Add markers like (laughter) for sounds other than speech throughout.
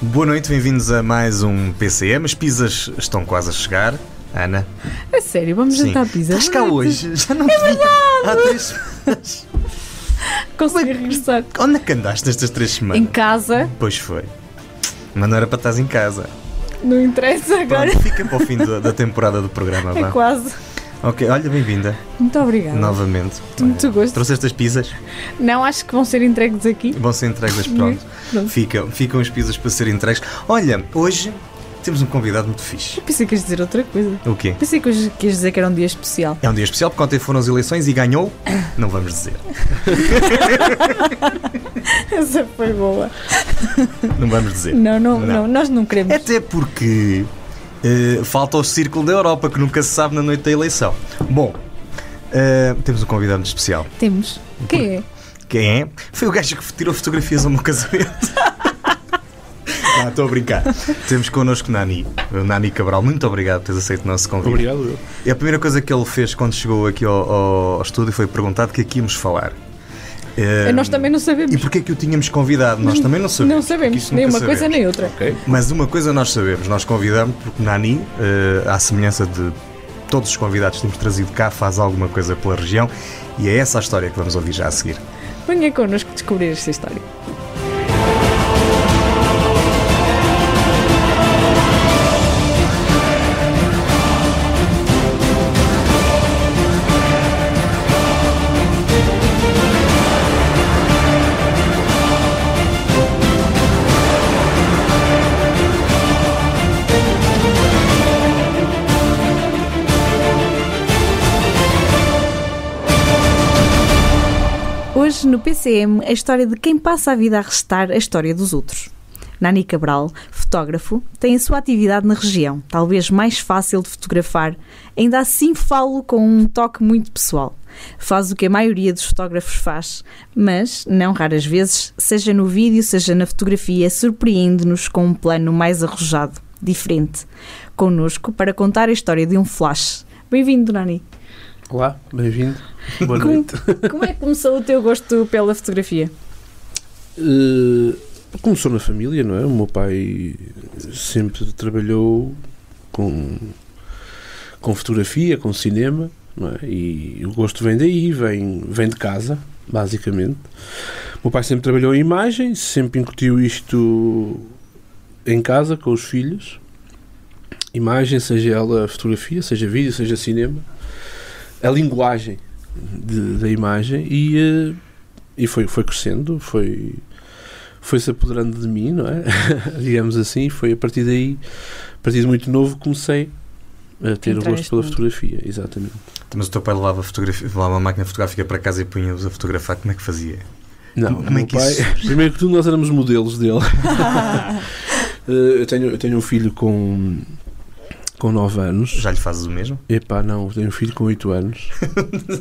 Boa noite, bem-vindos a mais um PCM. As pizzas estão quase a chegar. Ana, A sério, vamos sim. jantar pizza. Estás cá Não, hoje? Já não é Há três semanas. Consegui regressar. Onde é que andaste estas três semanas? Em casa, Pois foi. Mas não era para estás em casa. não interessa agora. Pronto, fica para o fim da, da temporada do programa, (laughs) É vá. quase. É. Ok, olha, bem-vinda Muito obrigada. novamente. De muito gosto. Trouxeste as pizzas? Não, acho que vão ser entregues aqui. Vão ser entregas, pronto. Não. Ficam, ficam as pizzas para serem entregues. Olha, hoje temos um convidado muito fixe. Pensei que ias dizer outra coisa. O quê? Pensei que hoje quis dizer que era um dia especial. (laughs) É um dia especial porque ontem foram as eleições e ganhou. Não vamos dizer. Essa foi boa. Não vamos dizer. Não, não, não. Não. É nós não queremos. Até porque eh, falta o círculo da Europa que nunca se sabe na noite da eleição. Bom, eh, temos um convidado muito especial. Temos. Quem é? Quem é? Foi o gajo que tirou fotografias ao meu casamento. (laughs) Não, estou a brincar. Temos connosco Nani. O Nani Cabral, muito obrigado por teres aceito o nosso convite. Obrigado, eu. E a primeira coisa que ele fez quando chegou aqui ao, ao- ao estúdio foi perguntar de que aqui íamos falar. Eh, Nós também não sabemos. E porquê é que o tínhamos convidado? Nós também não sabemos. Não porque sabemos. isso Nem nunca uma coisa sabemos. nem outra. Ok. Mas uma coisa nós sabemos, nós convidamos, porque Nani, eh, à semelhança de todos os convidados que temos trazido cá, faz alguma coisa pela região e é essa a história que vamos ouvir já a seguir. Venha connosco descobrir esta história. Hoje no PCM, a história de quem passa a vida a restar a história dos outros. Nani Cabral, fotógrafo, tem a sua atividade na região, talvez mais fácil de fotografar, ainda assim falo com um toque muito pessoal. Faz o que a maioria dos fotógrafos faz, mas, não raras vezes, seja no vídeo, seja na fotografia, surpreende-nos com um plano mais arrojado, diferente. Connosco para contar a história de um flash. Bem-vindo, Nani. Olá, bem-vindo. Boa Como- (laughs) noite. Como é que começou o teu gosto pela fotografia? Eh, começou na família, não é? O meu pai sempre trabalhou com, com fotografia, com cinema, não é? E o gosto vem daí, vem, vem de casa, basicamente. O meu pai sempre trabalhou em imagem, sempre incutiu isto em casa, com os filhos. Imagem, seja ela fotografia, seja vídeo, seja cinema. A linguagem de- da imagem e... eh, e foi, foi crescendo, foi foi-se apoderando de mim, não é? (laughs) Digamos assim, foi a partir daí, a partir de muito novo, comecei a ter o Entrar gosto neste pela mundo. fotografia, exatamente. Mas o teu pai levava, fotografia, levava uma máquina fotográfica para casa e punha-os a fotografar. Como é que fazia? Não, Como o é meu que pai, isso primeiro que tudo nós éramos modelos dele. Eh, eu, tenho, eu tenho um filho com com 9 anos. Já lhe fazes o mesmo? Epá, não, eu tenho um filho com 8 (laughs) anos.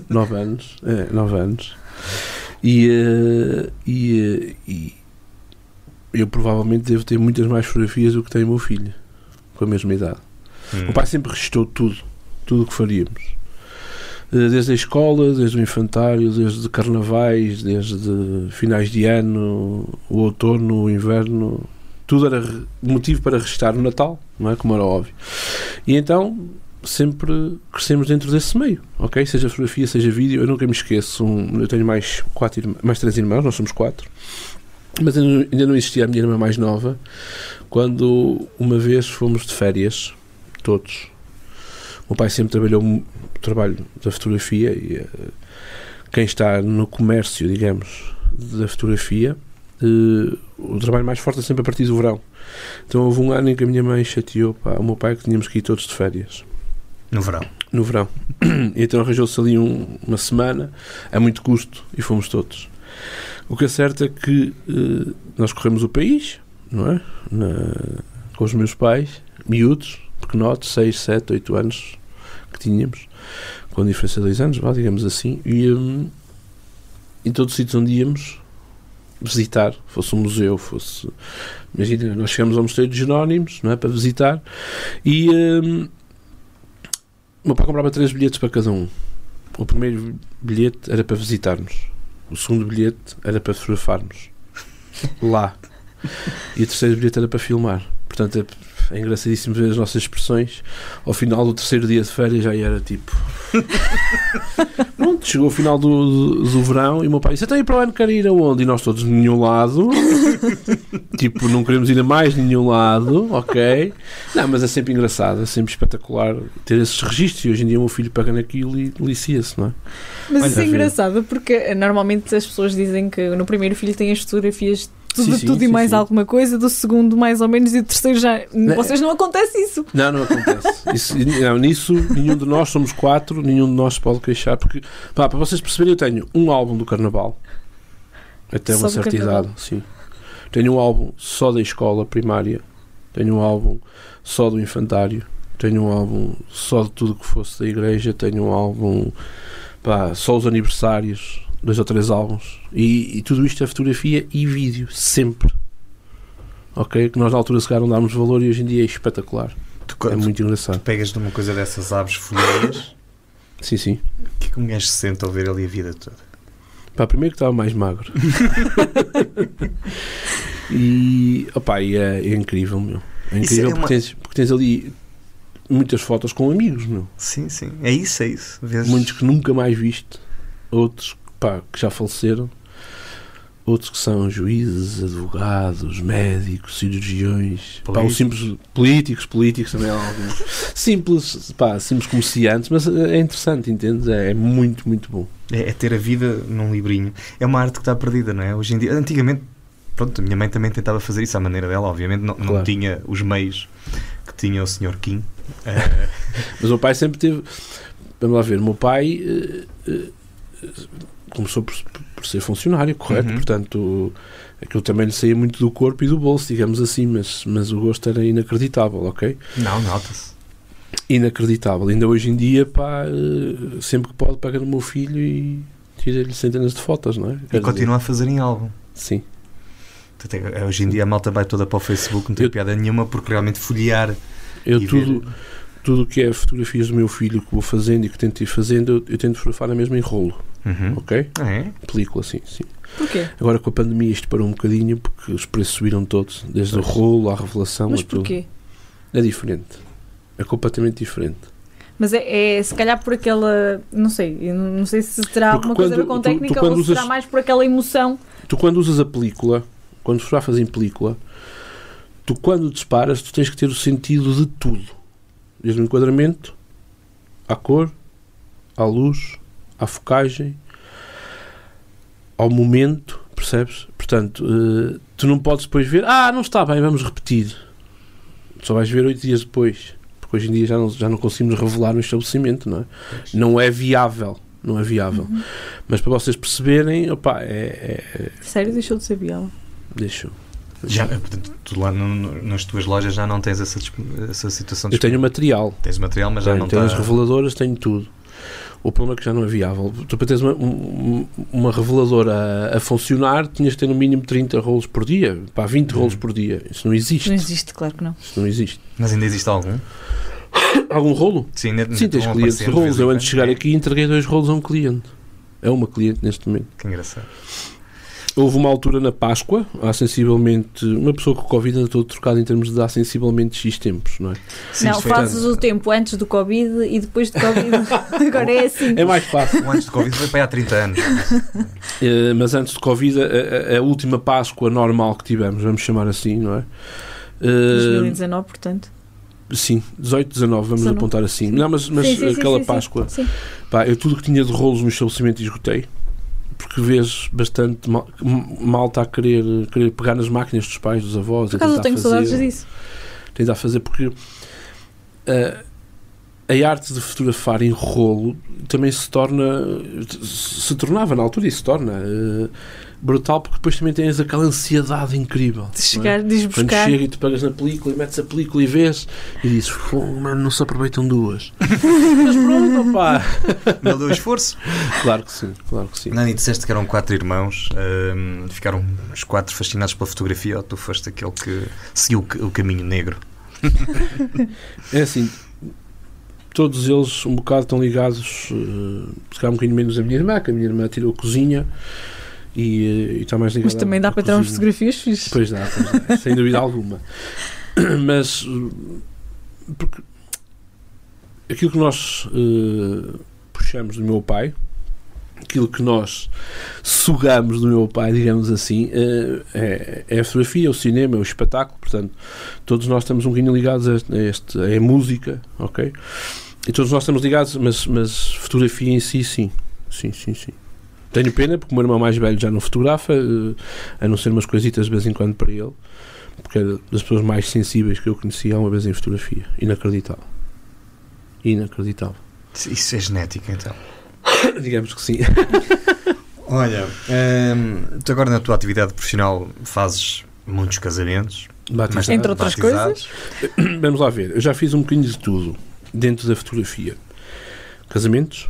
9 anos. É, 9 anos. E, eh, e, eh, e eu provavelmente devo ter muitas mais fotografias do que tem o meu filho, com a mesma idade. O Uhum. Hum, meu pai sempre registou tudo, tudo o que faríamos. Eh, Desde a escola, desde o infantário, desde carnavais, desde finais de ano, o outono, o inverno, tudo era re- motivo para restar o Natal, não é? Como era óbvio. E então sempre crescemos dentro desse meio, ok? Seja fotografia, seja vídeo, eu nunca me esqueço. um- eu tenho mais, quatro, irmã- mais três irmãos, nós somos quatro. Mas ainda não- ainda não existia a minha irmã mais nova, quando uma vez fomos de férias, todos. O meu pai sempre trabalhou mu- o trabalho da fotografia e eh, quem está no comércio, digamos, da fotografia, eh, o trabalho mais forte é sempre a partir do verão. Então houve um ano em que a minha mãe chateou pá, o meu pai que tínhamos que ir todos de férias No verão. no verão. Então arranjou-se ali um- uma semana, a muito custo, e fomos todos. O que é certo é que eh, nós corremos o país, não é? Na- com os meus pais, miúdos, pequenotes, 6, 7, 8 anos que tínhamos, com diferença de 2 anos, vá, digamos assim, e hum, em todos os sítios onde íamos visitar, fosse um museu, fosse. Imagina, nós chegamos ao Mosteiro dos Jerónimos, não é? Para visitar, e. hum, o meu pai comprava três bilhetes para cada um. O primeiro bilhete era para visitarmos. O segundo bilhete era para fotografarmos. Lá. E o terceiro bilhete era para filmar. Portanto, é, é engraçadíssimo ver as nossas expressões. Ao final do terceiro dia de férias já era tipo. (laughs) Pronto, chegou o final do, do, do verão e o meu pai disse: Até ir para o ano quero ir aonde? E nós todos, nenhum lado. (laughs) tipo, não queremos ir a mais nenhum lado, ok? Não, mas é sempre engraçado, é sempre espetacular ter esses registros. E hoje em dia o meu filho pega naquilo e delicia-se, não é? Mas isso é engraçado porque eh, normalmente as pessoas dizem que no primeiro filho tem as fotografias tudo, Sim, sim, tudo e sim, mais sim. é- alguma coisa, do segundo mais ou menos e do terceiro já. Não, Vocês não acontece isso. Não, não acontece. Isso- não, nisso, nenhum de nós somos quatro, nenhum de nós pode queixar, porque pá, para vocês perceberem, eu tenho um álbum do carnaval até Só uma do certa Carnaval? idade, sim. Tenho um álbum só da escola primária, tenho um álbum só do infantário, tenho um álbum só de tudo que fosse da igreja, tenho um álbum pá, só os aniversários, dois ou três álbuns, e, e tudo isto é fotografia e vídeo, sempre. Ok? Que nós na altura se calhar não dámos valor e hoje em dia é espetacular. Tu, co- É muito engraçado. pegas numa coisa dessas aves folheias, Sim, sim. o que é que um gajo se sente ao ver ali a vida toda? Pá, primeiro que estava mais magro. (laughs) e, opá, e é, é incrível, meu. É Isso incrível é porque, uma- tens, porque tens ali muitas fotos com amigos, meu. Sim, sim. É isso, é isso. Vês- Muitos que nunca mais viste, outros pá, que já faleceram, outros que são juízes, advogados, médicos, cirurgiões, pá, Políticos. os simples políticos, políticos também há alguns. Simples, pá, simples comerciantes, mas é interessante, entendes? É, é muito, muito bom. É, é ter a vida num livrinho. É uma arte que está perdida, não é? Hoje em dia, antigamente, pronto, a minha mãe também tentava fazer isso à maneira dela, obviamente não, não Claro. tinha os meios que tinha o Sr. Kim. Eh, Mas o meu pai sempre teve. Vamos lá ver, o meu pai eh, eh, começou por, por ser funcionário, correto? Uhum. Portanto, aquilo também lhe saía muito do corpo e do bolso, digamos assim, mas, mas o gosto era inacreditável, ok? não, nota-se. Inacreditável. Ainda hoje em dia, pá, eh, sempre que pode, pega no meu filho e tira-lhe centenas de fotos, não é? Quer E dizer, continua a fazer em álbum. Sim. Portanto, é- Hoje em dia a malta vai toda para o Facebook, não tem Eu- piada nenhuma, porque realmente folhear. Eu e tudo. ver- Tudo o que é fotografias do meu filho que vou fazendo e que tento ir fazendo, eu, eu tento fotografar na mesma em rolo, Uhum. ok? É? Película, sim, sim. Porquê? Agora com a pandemia isto parou um bocadinho porque os preços subiram todos, desde o rolo à revelação Mas a tudo. porquê? É diferente. É completamente diferente. Mas é, é, se calhar por aquela. Não sei, eu não sei se terá Porque alguma coisa a ver quando- com tu- tu técnica quando ou se será usas- mais por aquela emoção. Tu quando usas a película, quando fotografas em película, tu quando disparas, tu tens que ter o sentido de tudo. Desde o enquadramento, à cor, à luz, à focagem, ao momento, percebes? Portanto, eh, tu não podes depois ver, ah, não está bem, vamos repetir. Só vais ver oito dias depois, porque hoje em dia já não, já não conseguimos revelar no estabelecimento, não é? Não é viável, não é viável. Mas para vocês perceberem, opa, é, é- Sério, deixou de ser biela. Deixa eu. Já, eh, portanto, tu lá no- no- nas tuas lojas já não tens essa, dispo- essa situação de. Eu tenho o material, Tens o material, mas já tenho, não tá- tenho as tens. reveladoras, tenho tudo. O problema é que já não é viável. Tu para teres uma, um- uma reveladora a, a funcionar, tinhas de ter no mínimo 30 rolos por dia, pá, 20 rolos por dia. Isso não Não existe. existe, claro que não. Isso não existe. Mas ainda existe algum? Algum rolo? Sim, ainda ainda Sim, tens estão a clientes de aparecer de vez rolos. em Eu antes de quando. chegar aqui entreguei dois rolos a um cliente. É uma cliente neste momento. Que engraçado. Houve uma altura na Páscoa, há sensivelmente. Uma pessoa com Covid andou todo trocada em termos de há sensivelmente X tempos, não é? Sim, não, isto foi fazes tanto. o tempo antes do Covid e depois do Covid. (laughs) Agora é assim. É mais fácil. O antes de Covid foi para aí há 30 anos. Eh, mas antes de Covid, a, a- a última Páscoa normal que tivemos, vamos chamar assim, não é? Eh, 2019, portanto. sim, 18, 19, vamos 19, apontar assim. Não, mas, mas Sim, sim, sim, aquela sim, sim. Páscoa, Sim. pá, eu tudo que tinha de rolos no estabelecimento esgotei, porque vês bastante mal, m- malta a querer, querer pegar nas máquinas dos pais, dos avós. Por acaso eu tenho tá fazer, saudades disso. tentar fazer, porque ah, a arte de fotografar em rolo também se torna, se tornava na altura e se torna ah, brutal, porque depois também tens aquela ansiedade incrível. De não é? chegar, de ir Quando buscar. chega e tu pegas na película e metes a película e vês e dizes, fogo, mano, não se aproveitam (laughs) duas. Mas pronto, pá. Não deu esforço. Claro que sim, claro que sim. Nani, disseste que eram quatro irmãos. hum, ficaram os quatro fascinados pela fotografia ou tu foste aquele que seguiu o ca- o caminho negro? É assim, todos eles um bocado estão ligados, eh, se calhar um bocadinho menos a minha irmã, que a minha irmã tirou cozinha e, eh, e está mais ligado Mas também dá ao para tirar umas cozinho. fotografias fixe. Pois dá, pois dá, sem dúvida alguma. Mas eh, porque aquilo que nós eh, puxamos do meu pai, aquilo que nós sugamos do meu pai, digamos assim, eh, é, é a fotografia, é o cinema, é o espetáculo, portanto, todos nós estamos um bocadinho ligados a, a este, é música, ok? E todos nós estamos ligados, mas, mas fotografia em si, sim. Sim, sim, sim. Tenho pena porque o meu irmão mais velho já não fotografa, eh, a não ser umas coisitas de vez em quando para ele, porque era das pessoas mais sensíveis que eu conhecia uma vez em fotografia. Inacreditável. Inacreditável. (coughs) Isso é genética, então. Digamos que sim. Olha, hum, tu agora na tua atividade profissional fazes muitos casamentos. Batizados. Entre outras batizados. Vamos lá ver. Eu já fiz um bocadinho de tudo dentro da fotografia. Casamentos,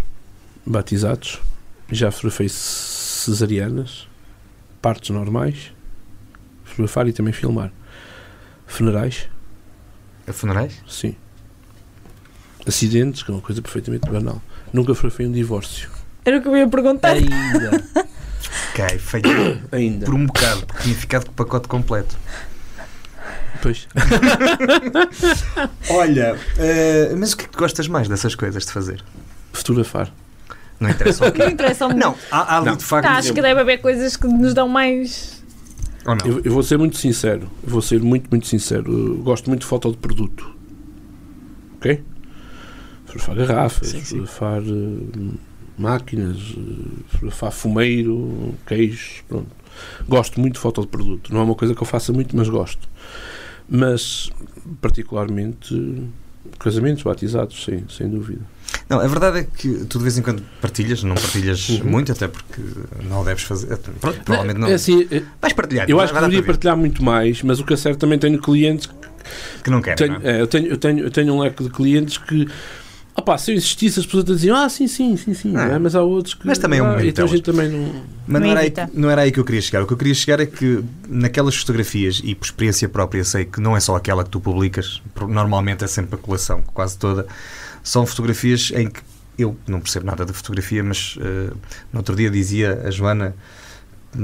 batizados, já fotografei cesarianas, partos normais, fotografar e também filmar. Funerais, Funerais? Sim. Acidentes, que é uma coisa perfeitamente banal. Nunca foi um divórcio. Era o que eu ia (laughs) perguntar. Ainda. Ok, feito (coughs) Ainda. por um bocado, porque tinha ficado com o pacote completo. Pois. Olha, eh, mas o que é que gostas mais dessas coisas de fazer? Fotografar. Não interessa (laughs) o Não quê? interessa muito. Não, há, há ali Não. de facto. um Tá, acho que deve haver coisas que nos dão mais. Ou não? Eu, eu vou ser muito sincero. Eu vou ser muito, muito sincero. Eu gosto muito de foto de produto. Ok? Fotografar garrafas, Sim, sim. fotografar eh, máquinas, eh, fotografar fumeiro, queijos, pronto. Gosto muito de foto de produto. Não é uma coisa que eu faça muito, mas gosto. Mas, particularmente, casamentos, batizados, sim, sem dúvida. Não, a verdade é que tu de vez em quando partilhas, não partilhas Uhum. muito, até porque não deves fazer. eh, Pronto, provavelmente não. É assim, é- Vais partilhar, eu vai- acho que vai dar para deveria ver, partilhar muito mais, mas o que é certo também tenho clientes. que que não quero. tenho- não é? é, eu, tenho, eu, tenho, eu tenho um leque de clientes que. Opá, se eu insistisse, as pessoas diziam: Ah, sim, sim, sim, sim. Ah. não é? Mas há outros que. Mas também é um ah, momento Então a delas. gente também não. Mas não, Não era aí, evita. que- não era aí que eu queria chegar. O que eu queria chegar é que naquelas fotografias, e por experiência própria sei que não é só aquela que tu publicas, por- normalmente é sempre a coleção, quase toda, são fotografias em que eu não percebo nada de fotografia, mas eh, no outro dia dizia a Joana.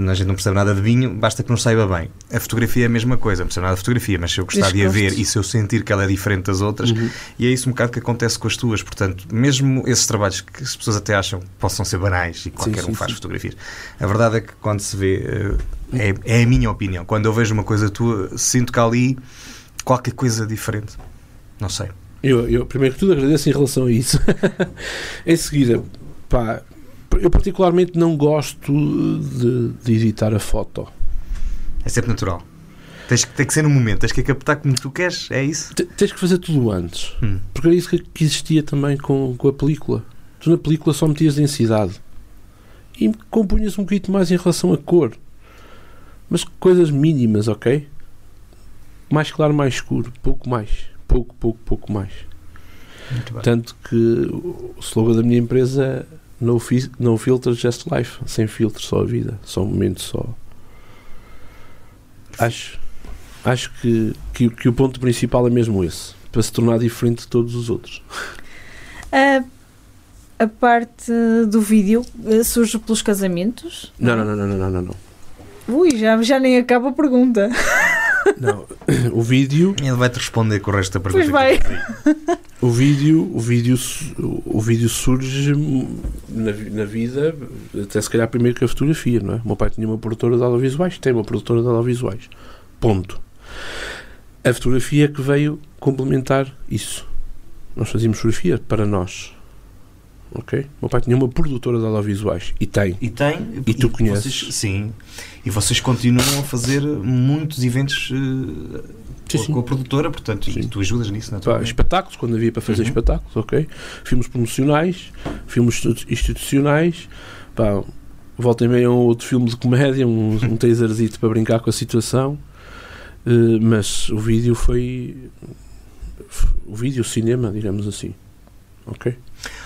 A gente não percebe nada de vinho, basta que nos saiba bem. A fotografia é a mesma coisa, não percebo nada de fotografia, mas se eu gostar de a Desgosto. ver e se eu sentir que ela é diferente das outras, e é isso um bocado que acontece com as tuas. Portanto, mesmo esses trabalhos que as pessoas até acham que possam ser banais e qualquer sim, um faz sim. fotografias, a verdade é que quando se vê, eh, é, é a minha opinião. Quando eu vejo uma coisa tua, sinto que há ali qualquer coisa diferente. Não sei. Eu, eu, primeiro que tudo, agradeço em relação a isso. (laughs) em seguida, pá, eu particularmente não gosto de, de editar a foto. É sempre natural. Tens que, tem que ser no momento, tens que a captar como tu queres, é isso? Te- Tens que fazer tudo antes. Hum. Porque era isso que, que existia também com, com a película. Tu na película só metias densidade. E compunhas um bocadinho mais em relação à cor. Mas coisas mínimas, ok? Mais claro, mais escuro. Pouco mais. Pouco, pouco, pouco mais. Muito bem. Tanto que o slogan da minha empresa é no, fi no filter, just life. Sem filtro, só a vida. Só um momento, só. Acho, acho que, que, que o ponto principal é mesmo esse. Para se tornar diferente de todos os outros. A, a parte do vídeo eh, surge pelos casamentos. Não, não, não, não, não, não, não. Ui, já, já nem acaba a pergunta. não. (coughs) O vídeo, Ele vai-te responder com o resto da pergunta. Pois vai. que eu te fiz. o vídeo, o vídeo, su- o vídeo surge na, vi- na vida, até se calhar primeiro que a fotografia, não é? O meu pai tinha uma produtora de audiovisuais, tem uma produtora de audiovisuais. Ponto. A fotografia é que veio complementar isso. Nós fazíamos fotografia para nós. Ok? O meu pai tinha uma produtora de audiovisuais e tem. E tem. E tu conheces. vocês- sim. E vocês continuam a fazer muitos eventos eh, Sim, com, sim. com a produtora, portanto, e Sim. tu ajudas nisso, é? Pá, naturalmente. espetáculos, quando havia para fazer Uhum. espetáculos, ok? Filmes promocionais, filmes institu- institucionais, pá, volta e meia um outro filme de comédia, um, um taserzito para brincar com a situação, eh, mas o vídeo foi. f- O vídeo, o cinema, digamos assim, ok?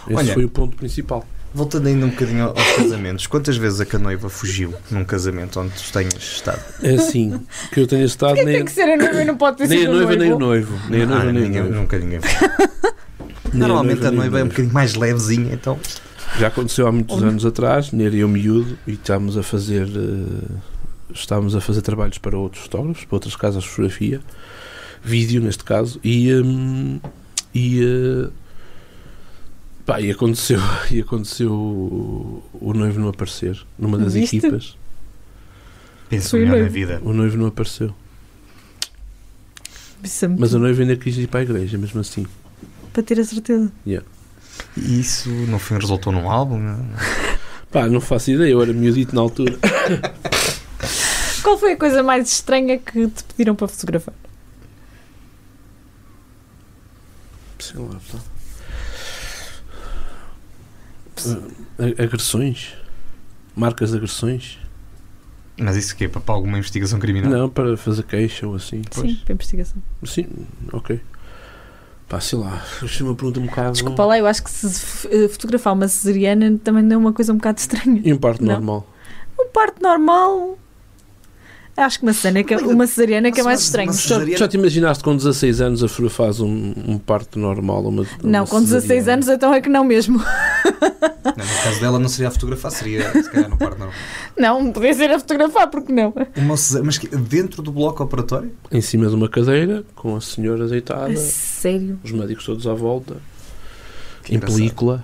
Esse Olha. foi o ponto (laughs) principal. Voltando ainda um bocadinho aos casamentos, quantas vezes é que a noiva fugiu num casamento onde tu tenhas estado? É assim que eu tenho estado, é Porquê é que nem, tem que ser a noiva e não pode ter nem a sido o noiva, nem o noivo? noivo. Nem a noiva, Ah, nem o ninguém- noivo. Nunca ninguém (laughs) Nem Normalmente a nem o noiva é um noivo. bocadinho mais levezinha, então Já aconteceu há muitos Onde? anos atrás, Nery e eu miúdo, e estávamos a fazer eh, estávamos a fazer trabalhos para outros fotógrafos, para outras casas de fotografia, vídeo neste caso, e, hum, e, eh, pá, e aconteceu, (laughs) e aconteceu o, o noivo não aparecer numa das Viste? equipas. Penso Foi melhor na mesmo. vida. O noivo não apareceu. Isso é Então. muito- Mas o noivo ainda quis ir para a igreja, mesmo assim. Para ter a certeza. E isso não foi, resultou num álbum? não? é? Pá, não faço ideia, eu era miudito na altura. Qual foi a coisa mais estranha que te pediram para fotografar? Sei lá, pá. A- Eh, Agressões? Marcas de agressões? Mas isso que é para para alguma investigação criminal? Não, para fazer queixa ou assim. Sim, para investigação. Pois. Sim, ok. Pá, sei lá, achei uma pergunta um bocado. Desculpa lá, eu acho que se f- eh, fotografar uma cesariana também não é uma coisa um bocado estranha. E um parto Não. normal. Um parto normal. Acho que uma, cena é que é- uma cesariana é que é mais Mas- estranho. mas- Já, Cesariana- já te imaginaste com 16 anos a Fura faz um, um parto normal? Uma, Não, uma com 16 cesariana? anos então é que não mesmo. Não, no caso dela não seria a fotografar, seria se calhar no parto (laughs) normal. (laughs) Não, podia ser a fotografar, porque não? Uma cesar- Mas que- dentro do bloco operatório? Em cima de uma cadeira, com a senhora deitada, A sério. os médicos todos à volta, Que em engraçado. película,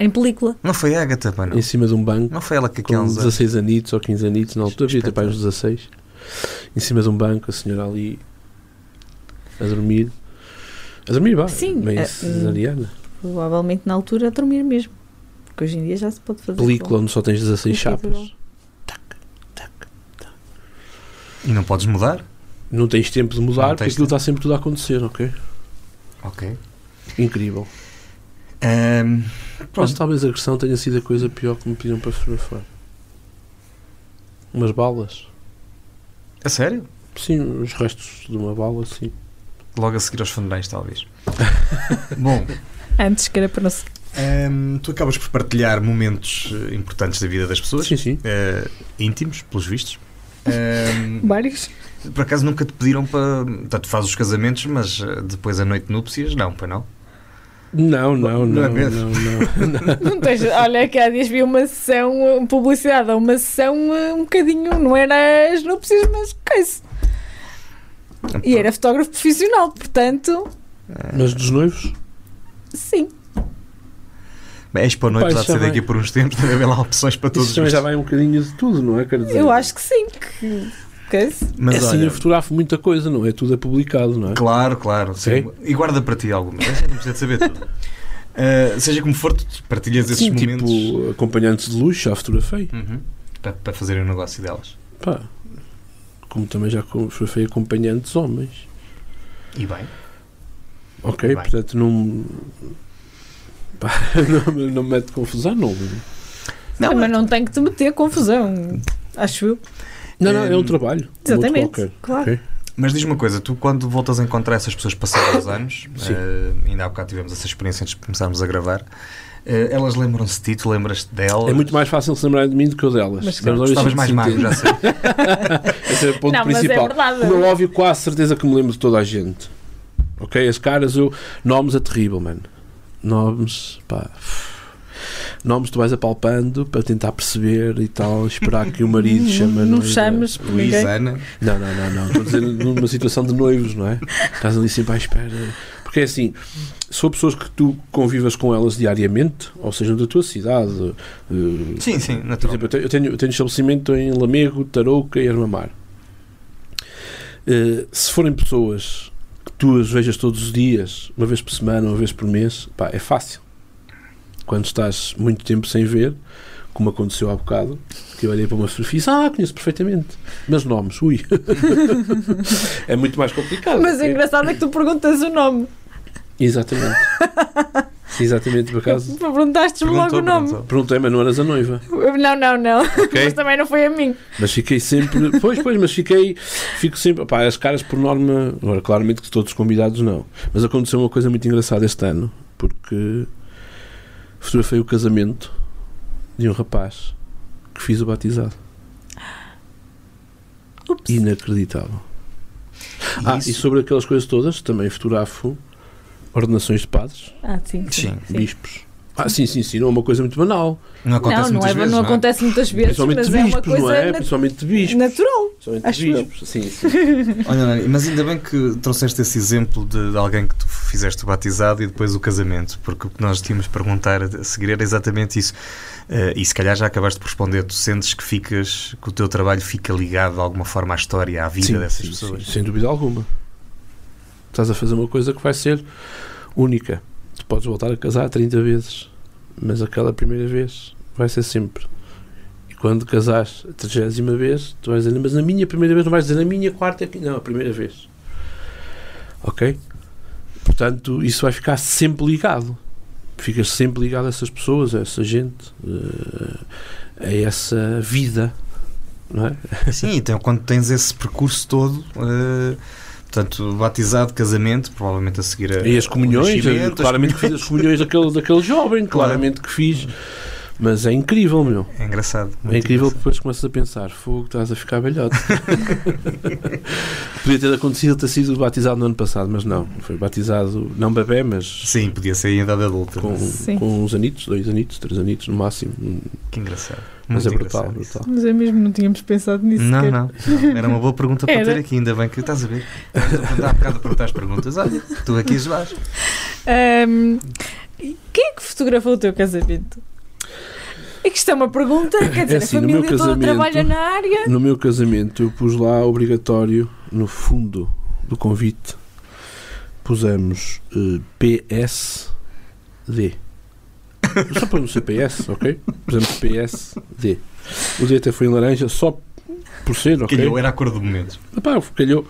Em película. Não foi a Agatha, pá, não. em cima de um banco. Não foi ela que com aqueles 16 anitos ou 15 anitos na altura, devia ter para uns 16, em cima de um banco, a senhora ali a dormir. A dormir, vá. Sim, Bem eh, hum. cesariana. Provavelmente na altura a dormir mesmo. Porque hoje em dia já se pode fazer. Película onde só tens 16 Incrível. chapas. E não podes mudar? Não tens tempo de Não mudar, porque tens aquilo tempo. está sempre tudo a acontecer, ok? Ok. Incrível. Ahm, Mas pronto. talvez a agressão tenha sido a coisa pior que me pediram para fotografar. Umas balas. A sério? Sim, os restos de uma bala, sim. Logo a seguir aos funerais, talvez. (laughs) Bom, Antes que era para não se. ahm, tu acabas por partilhar momentos eh, importantes da vida das pessoas, Sim, sim. eh, íntimos, pelos vistos. Ahm, (laughs) Vários. Por acaso nunca te pediram para. Portanto, fazes os casamentos, mas eh, depois a noite de núpcias, não, para não. Não, não, Não é não, não, mesmo? não. Não tens, olha, que há dias vi uma sessão, eh, publicidade, há uma sessão eh, um bocadinho, não era as núpcias, mas coisa. E é- era fotógrafo profissional, portanto, (laughs) Mas dos noivos? sim. Bem, És para a É noite, Pá, apesar de isso ser já daqui por uns tempos, deve haver lá opções para todos Isso os também já gostos. vai um bocadinho de tudo, não é? Quero dizer, Eu acho que sim. Que, coisa. Mas é assim, olha, eu fotografo muita coisa, não é? Tudo é publicado, não é? claro, claro. sim. Ok. E guarda para ti alguma. Mas Não precisa de saber tudo. Eh, seja como for, tu partilhas esses Sim, momentos tipo, acompanhantes de luxo, já fotografei. Uhum. para, para fazerem o negócio delas. Pá. Como também já co- fotografei acompanhantes homens. E bem. Ok? Bem. Portanto, não. Pá, (laughs) não, me- não me mete confusão, não. Não, é mas não tem que te meter confusão. Acho eu. Não, não, é um Hum, trabalho. Exatamente. Muito qualquer. Claro. ok? Mas diz-me uma coisa, tu quando voltas a encontrar essas pessoas passados os anos, (coughs) Sim. eh, ainda há bocado tivemos essa experiência antes de começarmos a gravar, eh, elas lembram-se de ti, tu lembras-te delas? É muito mais fácil se lembrarem de mim do que eu delas. Mas, Não, Mas, tu estavas mais magro, já (laughs) sei. Esse é o ponto não, principal. mas é Como verdade. é óbvio, quase certeza que me lembro de toda a gente. Ok? As caras, eu. Nomes é terrível, mano. Nomes, pá. Nomes tu vais apalpando para tentar perceber e tal, esperar que o marido chame a Não noiva. chames por Luís, ninguém. Ana, Não, não, não, não. Estou a dizer numa situação de noivos, não é? Estás ali sempre à espera. Porque é assim, se for pessoas que tu convivas com elas diariamente, ou seja, da tua cidade, eh, Sim, sim, por natural. exemplo, eu tenho- eu tenho, eu tenho estabelecimentos em Lamego, Tarouca e Armamar. Eh, se forem pessoas que tu as vejas todos os dias, uma vez por semana, uma vez por mês, pá, é fácil. Quando estás muito tempo sem ver, como aconteceu há bocado, que eu olhei para uma fotografia e disse, ah, conheço perfeitamente, mas nomes, ui. (laughs) é muito mais complicado. Mas o ok? engraçado é que tu perguntas o nome. Exatamente. Exatamente, por acaso. Perguntaste-me logo o nome. Perguntei, mas não eras a noiva. Eu- Não, não, não. (laughs) ok? Mas também não foi a mim. Mas fiquei sempre. (laughs) Pois, pois, mas fiquei. Fico sempre. Pá, as caras por norma. Agora, claramente que todos os convidados não. Mas aconteceu uma coisa muito engraçada este ano. Porque fotografei o casamento de um rapaz que fiz o batizado. Ups. Inacreditável. Ah, e sobre aquelas coisas todas, também fotografo ordenações de padres, Ah, sim. Sim. Sim. bispos, Ah, sim, sim, sim, não é uma coisa muito banal. Não acontece não, não, muitas é, vezes. não não é? acontece muitas vezes, Principalmente mas é de uma bispos, não coisa é? nat- Principalmente de bispos. natural. Principalmente Acho de eu. bispos. Sim, sim. Olha, Nani, mas ainda bem que trouxeste esse exemplo de, de alguém que tu fizeste o batizado e depois o casamento, porque o que nós tínhamos de perguntar a seguir era exatamente isso. Eh, e se calhar já acabaste por responder, tu sentes que ficas, que o teu trabalho fica ligado de alguma forma à história, à vida Sim, dessas sim, pessoas. sim, sem dúvida alguma. Estás a fazer uma coisa que vai ser única. Tu podes voltar a casar 30 vezes, mas aquela primeira vez vai ser sempre. E quando casares a 30 vez, tu vais dizer, mas na minha primeira vez, não vais dizer na minha quarta, aqui." não, a primeira vez. Ok? Portanto, isso vai ficar sempre ligado. Ficas sempre ligado a essas pessoas, a essa gente, eh, a essa vida, não é? Sim, então quando tens esse percurso todo, eh, portanto, batizado, casamento, provavelmente a seguir a, E as o comunhões, eh, nascimento, as- claramente que fiz as comunhões daquele, daquele jovem, claramente que fiz. Mas é incrível, meu. É engraçado. É muito incrível engraçado. que depois começas a pensar: fogo, estás a ficar (laughs) velhote. Podia ter acontecido ter sido batizado no ano passado, mas não. Foi batizado, não bebê, mas Sim, podia ser em idade adulta. com, Sim. com uns anitos, dois anitos, três anitos no máximo. Que engraçado. Mas Muito é brutal, engraçado isso. brutal. Mas é mesmo, não tínhamos pensado nisso. Não, sequer. não, (laughs) não. Era uma boa pergunta para é- Era. ter aqui, ainda bem que estás a ver. Estás a bocado a perguntar as perguntas. Olha, tu aqui as vais. Ahm, quem é que fotografou o teu casamento? É que isto é uma pergunta, quer dizer, assim, a no meu família toda casamento- trabalha na área. No meu casamento, eu pus lá obrigatório, no fundo do convite, pusemos eh, PSD. (laughs) Só para não ser PS, ok? Pusemos PSD. O D até foi em laranja, só por ser, ok? Calhou, era a cor do momento. Epá, calhou.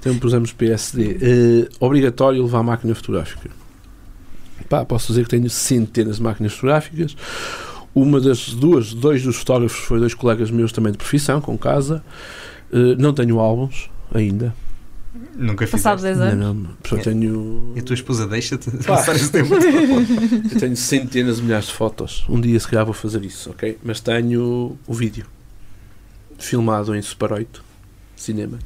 Então pusemos PSD. Eh, obrigatório levar máquina fotográfica. Epá, posso dizer que tenho centenas de máquinas fotográficas. Uma das duas, dois dos fotógrafos foi dois colegas meus também de profissão, com casa. Eh, não tenho álbuns ainda. Nunca fiz. Passado 10 anos. Não, não, só É. tenho. E a tua esposa deixa-te Pá. passar esse tempo. Eu tenho centenas de milhares de fotos. Um dia, se calhar, vou fazer isso, ok? Mas tenho o vídeo filmado em Super 8, cinema,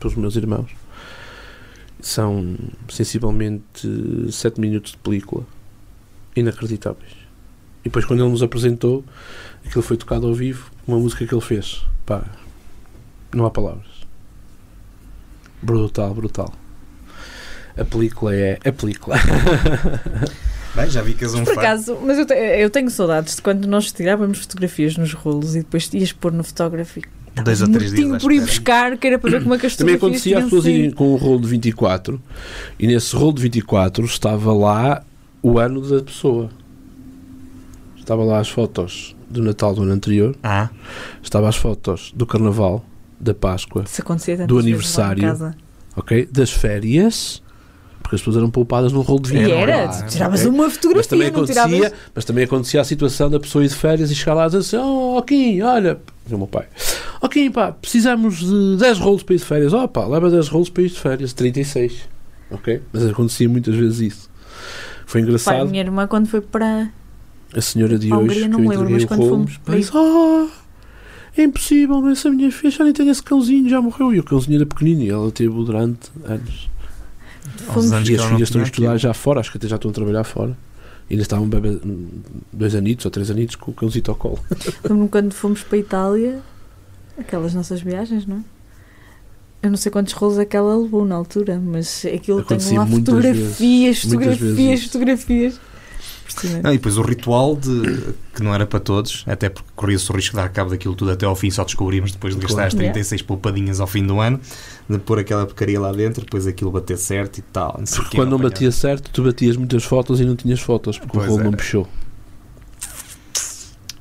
pelos meus irmãos. São sensivelmente 7 minutos de película inacreditáveis. E depois, quando ele nos apresentou, aquilo foi tocado ao vivo, uma música que ele fez. Pá, não há palavras. Brutal, brutal. A película é a película. Bem, já vi que és um Mas por fã. acaso, mas eu, te- eu tenho saudades de quando nós tirávamos fotografias nos rolos e depois ias pôr no fotógrafo e Dois ou três dias. à tinha por ir espera. buscar, que era para ver como é que as Também fotografias acontecia as tinham pessoas sido. irem com um rolo de 24 e nesse rolo de 24 estava lá o ano da pessoa. Estava lá as fotos do Natal do ano anterior, Ah, estava as fotos do Carnaval, da Páscoa, Se acontecer tantas Do vezes lá em aniversário. casa. ok? Das férias, porque as pessoas eram poupadas num rolo de E 24. era, Ah, tu tiravas ok? uma é Mas também, fotografia, não tiravas. acontecia, mas também acontecia a situação da pessoa ir de férias e chegar lá e dizer assim: Oh, Kim, olha, o meu pai, oh, Kim, pá, precisamos de 10 rolos para ir de férias. Oh, pá, leva 10 rolos para ir de férias, 36. Ok? Mas acontecia muitas vezes isso. Foi Pá, a engraçado. minha irmã, quando foi para. A senhora de Para a hoje, Hungria que não eu me lembro, entreguei mas o quando rolo, fomos para disse: Oh, é impossível, mas essa minha filha já nem tem esse cãozinho, já morreu. E o cãozinho era pequenino e ela teve durante anos. aos anos E que as ela filhas não estão a tinha estudar aquilo. já fora, acho que até já estão a trabalhar fora. E ainda estavam bebê, dois anitos ou três anitos com o cãozito ao colo. Lembro-me quando fomos para a Itália, aquelas nossas viagens, não é? Eu não sei quantos rolos é aquela levou na altura, mas aquilo tem Acontecia lá muitas fotografias, vezes, muitas fotografias, vezes. fotografias. Impressionante. Não, e depois o ritual de, que não era para todos, até porque corria-se o risco de dar cabo daquilo tudo até ao fim, só descobrimos depois de gastar as Claro. 36 poupadinhas ao fim do ano, de pôr aquela porcaria lá dentro, depois aquilo bater certo e tal. Não sei o Porque quê, quando não apanhar. batia certo, tu batias muitas fotos e não tinhas fotos, porque Pois é. o rolo não era. puxou.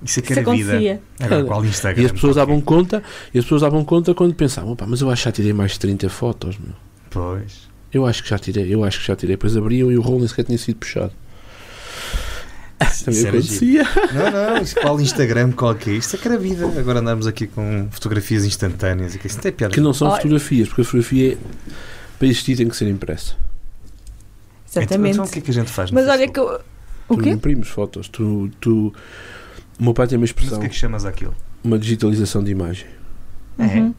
Isso é que Isso era vida. acontecia. Agora, Era. qual Instagram? E as pessoas davam conta, e as pessoas davam conta quando pensavam, "Pá, mas eu acho que já tirei mais de 30 fotos, meu. Pois. Eu acho que já tirei, eu acho que já tirei. Depois abriam e o rolo nem sequer tinha sido puxado. Também Isso era giro. acontecia. Não, não, isso, qual Instagram, qual que é? Isto é que era vida. Agora andarmos aqui com fotografias instantâneas e que isso não tem piada. Que não são Olha. fotografias, porque a fotografia é, para existir tem que ser impressa. Então- Exatamente. Então, o que é que a gente faz? no Mas olha Facebook? que. eu- O tu quê? imprimes fotos, tu, tu... O meu pai tem uma Mas expressão, o que é que chamas aquilo? É? uma digitalização de imagem. Uhum.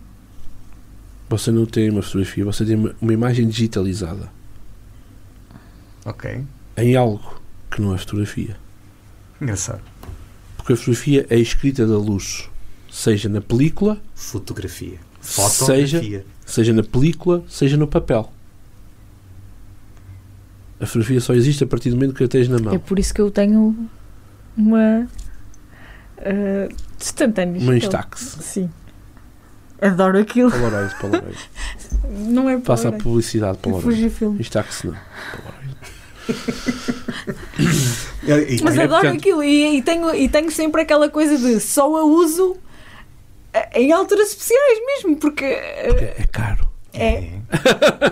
Você não tem uma fotografia, você tem uma, uma imagem digitalizada Ok. em algo que não é fotografia. Engraçado. Porque a fotografia é escrita da luz, seja na película, Fotografia. Seja- Fotografia. seja na película, seja no papel. A fotografia só existe a partir do momento que a tens na É mão. por isso que eu tenho uma. Uh, instantâneos. Uma Instax. Sim. Adoro aquilo. Polaroid, Polaroid. (laughs) Não é Faça a Polaroid. publicidade, É Polaroid. Fujifilm. Instax não. E- e- Mas É, adoro portanto- aquilo e, e tenho, e tenho sempre aquela coisa de só a uso eh, em alturas especiais mesmo, porque eh, É, é caro. é,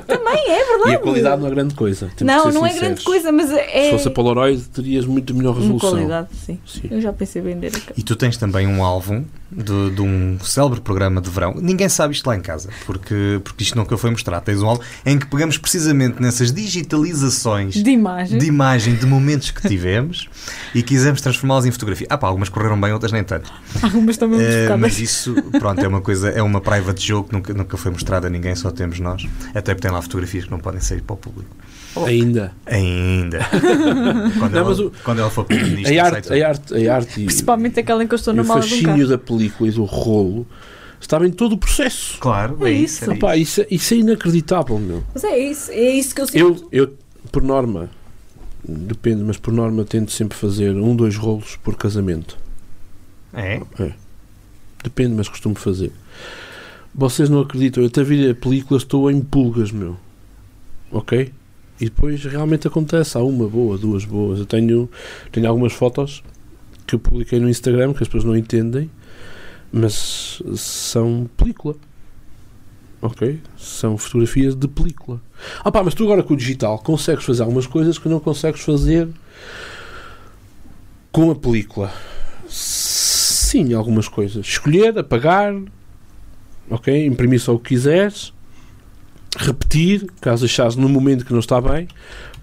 também é verdade. E a qualidade não é grande coisa. temos que não, ser não é sinceros. grande coisa, mas é assim Se fosse a Polaroid, terias muito melhor uma resolução. qualidade, sim. Sim. Eu já pensei bem dele. E tu tens também um álbum de, de um célebre programa de verão. Ninguém sabe isto lá em casa, porque, porque isto nunca foi mostrado. Tens um álbum em que pegamos precisamente nessas digitalizações De imagem. de imagem de momentos que (laughs) tivemos e quisemos transformá-los em fotografia. Ah pá, algumas correram bem, outras nem tanto. Algumas também muito Eh, focadas. mas isso, pronto, é uma coisa, é uma private joke que nunca, nunca foi mostrada a ninguém, só temos nós. Até porque tem lá fotografias que não podem sair para o público. Oh. Ainda. Ainda. (laughs) quando, Não, ela, mas o- quando ela for primeiro-ministra, A sai arte, tudo. a arte, a arte e, Principalmente aquela em que eu estou e na o mala de um carro. fascínio da película e do rolo estava em todo o processo. Claro, é, É isso. isso. é Epá, isso, é- isso é inacreditável, meu. Mas é isso, é isso que eu sinto. Eu, eu, por norma, depende, mas por norma tento sempre fazer um, dois rolos por casamento. isso. É? Depende, mas costumo fazer. Vocês não acreditam, eu até vi a película, estou em pulgas, meu. Ok? E depois realmente acontece. Há uma boa, duas boas. Eu tenho, tenho algumas fotos que eu publiquei no Instagram que as pessoas não entendem, mas são película. Ok? São fotografias de película. Ah pá, mas tu agora com o digital consegues fazer algumas coisas que não consegues fazer com a película. Sim, algumas coisas. Escolher, apagar, ok? Imprimir só o que quiseres, repetir, caso achares no momento que não está bem,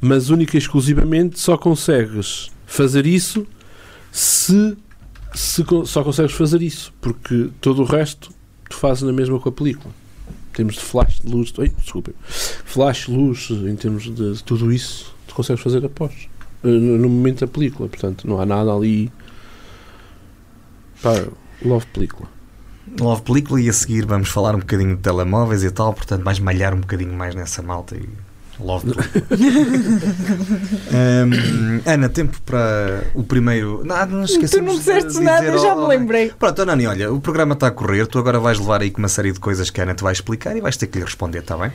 mas única e exclusivamente só consegues fazer isso se, se con- só consegues fazer isso, porque todo o resto tu fazes na mesma com a película. Em termos de flash, de luz, oi, desculpem, flash, luz, em termos de, de tudo isso, tu consegues fazer após, eh, no, no momento da película, portanto, não há nada ali. Pá, love película. Love Película e a seguir vamos falar um bocadinho de telemóveis e tal, portanto vais malhar um bocadinho mais nessa malta e Love Película. Hum, Ana, tempo para o primeiro. Não, não esquecemos tu não de disseste dizer nada, ao- já me lembrei. Pronto, Anani, olha, o programa está a correr, tu agora vais levar aí com uma série de coisas que a Ana te vai explicar e vais ter que lhe responder, está bem?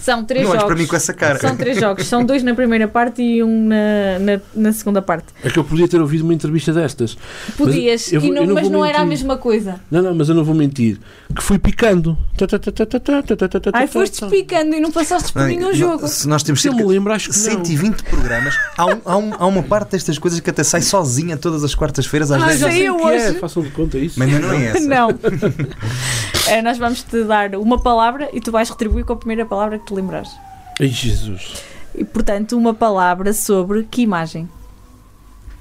São três não olhes jogos. para mim com essa cara. (laughs) São três jogos. São dois na primeira parte e um na, na, na segunda parte. É que eu podia ter ouvido uma entrevista destas. Podias, eu vou- e não- eu não mas vou não era a mentir. mesma coisa. Não, não, mas eu não vou mentir. Que fui picando. Tá, tá, tá, tá, tá, tá, tá, tá, tá, Ai, tá, foste tá. picando e não passaste por Não, nenhum não, jogo. se nós temos Se eu cerca me de lembro, acho que não. 120 programas, há, um- há um- há uma parte destas coisas que até sai sozinha todas as quartas-feiras às Ah, vezes. já sei. Sei o que é, hoje. façam de conta isso. Mas não (laughs) é essa. Não. É, nós vamos te dar uma palavra e tu vais retribuir com a primeira palavra que te lembrares. Ai, Jesus. E portanto, uma palavra sobre que imagem?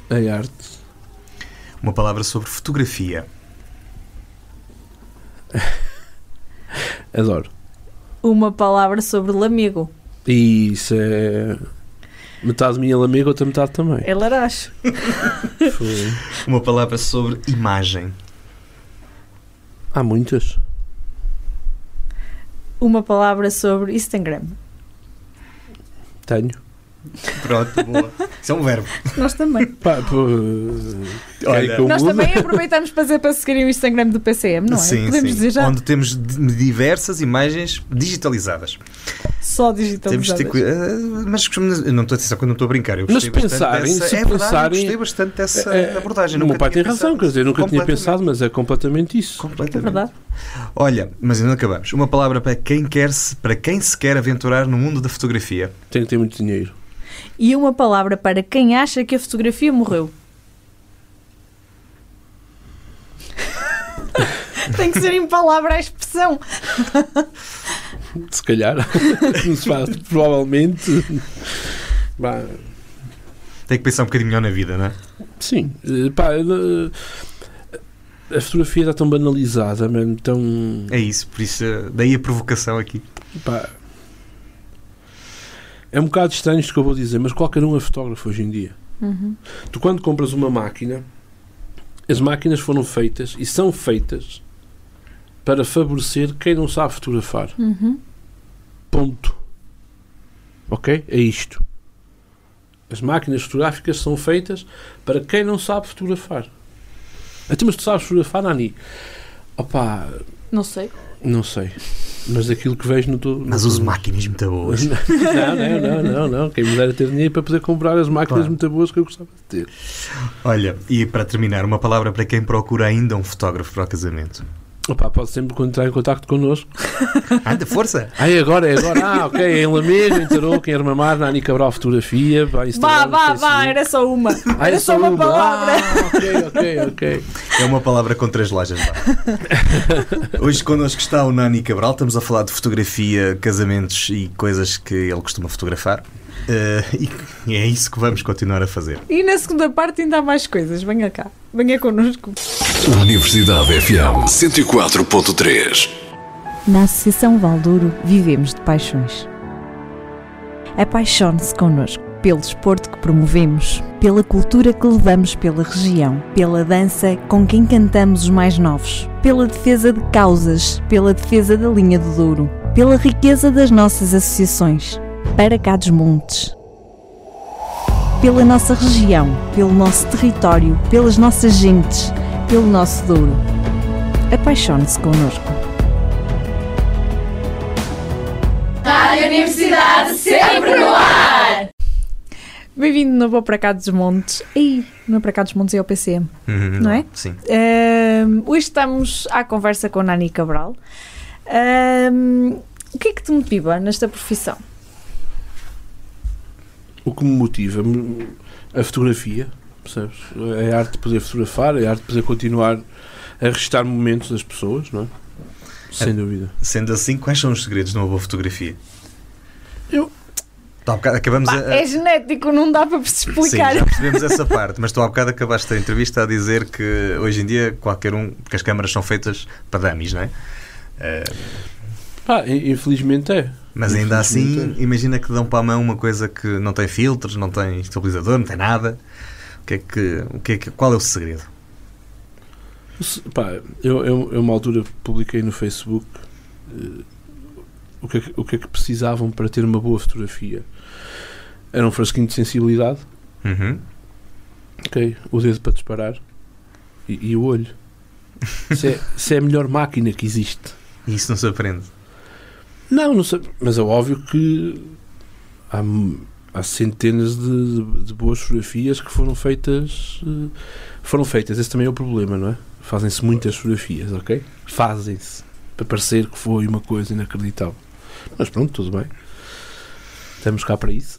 Ai, arte. Uma palavra sobre fotografia. Adoro. Uma palavra sobre lamego. E isso é... Metade minha lamega, outra metade também. É larás. É. Foi. Uma palavra sobre imagem. Há muitas. Uma palavra sobre Instagram. Tenho. Pronto, (laughs) boa. Isso é um verbo. Nós também. Pá, pô, Olha. querem que eu Nós mude? também aproveitamos para dizer para seguirem o Instagram do PCM, não é? Sim, Podemos sim. dizer já Onde temos di- diversas imagens digitalizadas. só Temos de digitalizadas. ter cuidado. Mas costumo- eu não estou a dizer quando não estou a brincar. Eu Mas gostei se bastante pensarem, dessa, se é verdade, pensarem- eu gostei bastante dessa É, abordagem. O meu Nunca pai tem tinha razão, pensado quer dizer, eu nunca tinha Completamente. pensado, mas é completamente isso. É Completamente. verdade. Olha, mas ainda não acabamos. Uma palavra para quem quer se, para quem se quer aventurar no mundo da fotografia. Tenho que ter muito dinheiro. E uma palavra para quem acha que a fotografia morreu. (laughs) Tem que ser em palavra a expressão. Se calhar. (laughs) Não se faz, provavelmente. Bah, Tem que pensar um bocadinho melhor na vida, não é? sim. Eh, Pá, eu não- a fotografia está tão banalizada, mano, tão. É isso, por isso, eh, daí a provocação aqui. pá. é um bocado estranho isto que eu vou dizer, mas qualquer um é fotógrafo hoje em dia. Uhum. Tu quando compras uma máquina, as máquinas foram feitas e são feitas para favorecer quem não sabe fotografar. Uhum. Ponto. Ok? É isto. As máquinas fotográficas são feitas para quem não sabe fotografar. Até mas tu sabes fotografar, Nani? Opa, Não sei. não sei. Mas aquilo que vejo no teu. Mas no- uso máquinas muito boas. (laughs) Não, não, não, não, não. Quem me dera ter dinheiro para poder comprar as máquinas Claro. muito boas que eu gostava de ter. Olha, e para terminar, uma palavra para quem procura ainda um fotógrafo para o casamento. Opa, pode sempre entrar em contato connosco. (laughs) Anda, força! Ai, agora é agora. Ah, ok. Em Lamego, em Tarouca, em Armamar, na Ani Cabral Fotografia. Vai, Vá, Instagram, vá, vá, Facebook. era (laughs) só uma. Ah, Era é só uma palavra. Ah, ok, ok, ok. É uma palavra com três lajas. (laughs) vá. Hoje connosco está o Nani Cabral. Estamos a falar de fotografia, casamentos e coisas que ele costuma fotografar. Eh, e é isso que vamos continuar a fazer. E na segunda parte ainda há mais coisas. Venha cá. Venha connosco. Universidade FM 104.3. Na Associação Valdouro vivemos de paixões. Apaixone-se connosco pelo desporto que promovemos, pela cultura que levamos pela região, pela dança com quem cantamos os mais novos, pela defesa de causas, pela defesa da linha do Douro, pela riqueza das nossas associações, para cá dos montes. Pela nossa região, pelo nosso território, pelas nossas gentes, pelo nosso Douro. Apaixone-se connosco. Bem-vindo de novo ao Para Cá dos Montes. Ei, não é Para Cá dos Montes, é ao PCM. Uhum, Não é? Sim. Ahm, hoje estamos à conversa com Nani Cabral. Ahm, o que é que te motiva nesta profissão? O que me motiva me- a fotografia, percebes? É a arte de poder fotografar, é a arte de poder continuar a registrar momentos das pessoas, não é? Sem É. dúvida. Sendo assim, quais são os segredos de uma boa fotografia? Eu- Tu há bocado acabamos Pá, a. a- é genético, não dá para se Sim, explicar. já percebemos essa parte, mas tu há bocado acabaste a entrevista a dizer que hoje em dia qualquer um, porque as câmaras são feitas para dummies, não é? Eh, Pá, in- infelizmente é. Mas ainda assim, Infelizmente imagina que dão para a mão uma coisa que não tem filtros, não tem estabilizador, não tem nada. O que é que, o que é que- qual é o segredo? Se- Pá, eu, eu, eu uma altura publiquei no Facebook eh, o, que é que, o que é que precisavam para ter uma boa fotografia. Era um frasquinho de sensibilidade, Uhum. ok? O dedo para disparar e, e o olho. Isso é, isso é a melhor máquina que existe. E isso não se aprende. Não, não sei. Mas é óbvio que há, há centenas de, de- de boas fotografias que foram feitas. eh, Foram feitas. Esse também é o problema, não é? Fazem-se muitas fotografias, ok? Fazem-se. Para parecer que foi uma coisa inacreditável. Mas pronto, tudo bem. Estamos cá para isso.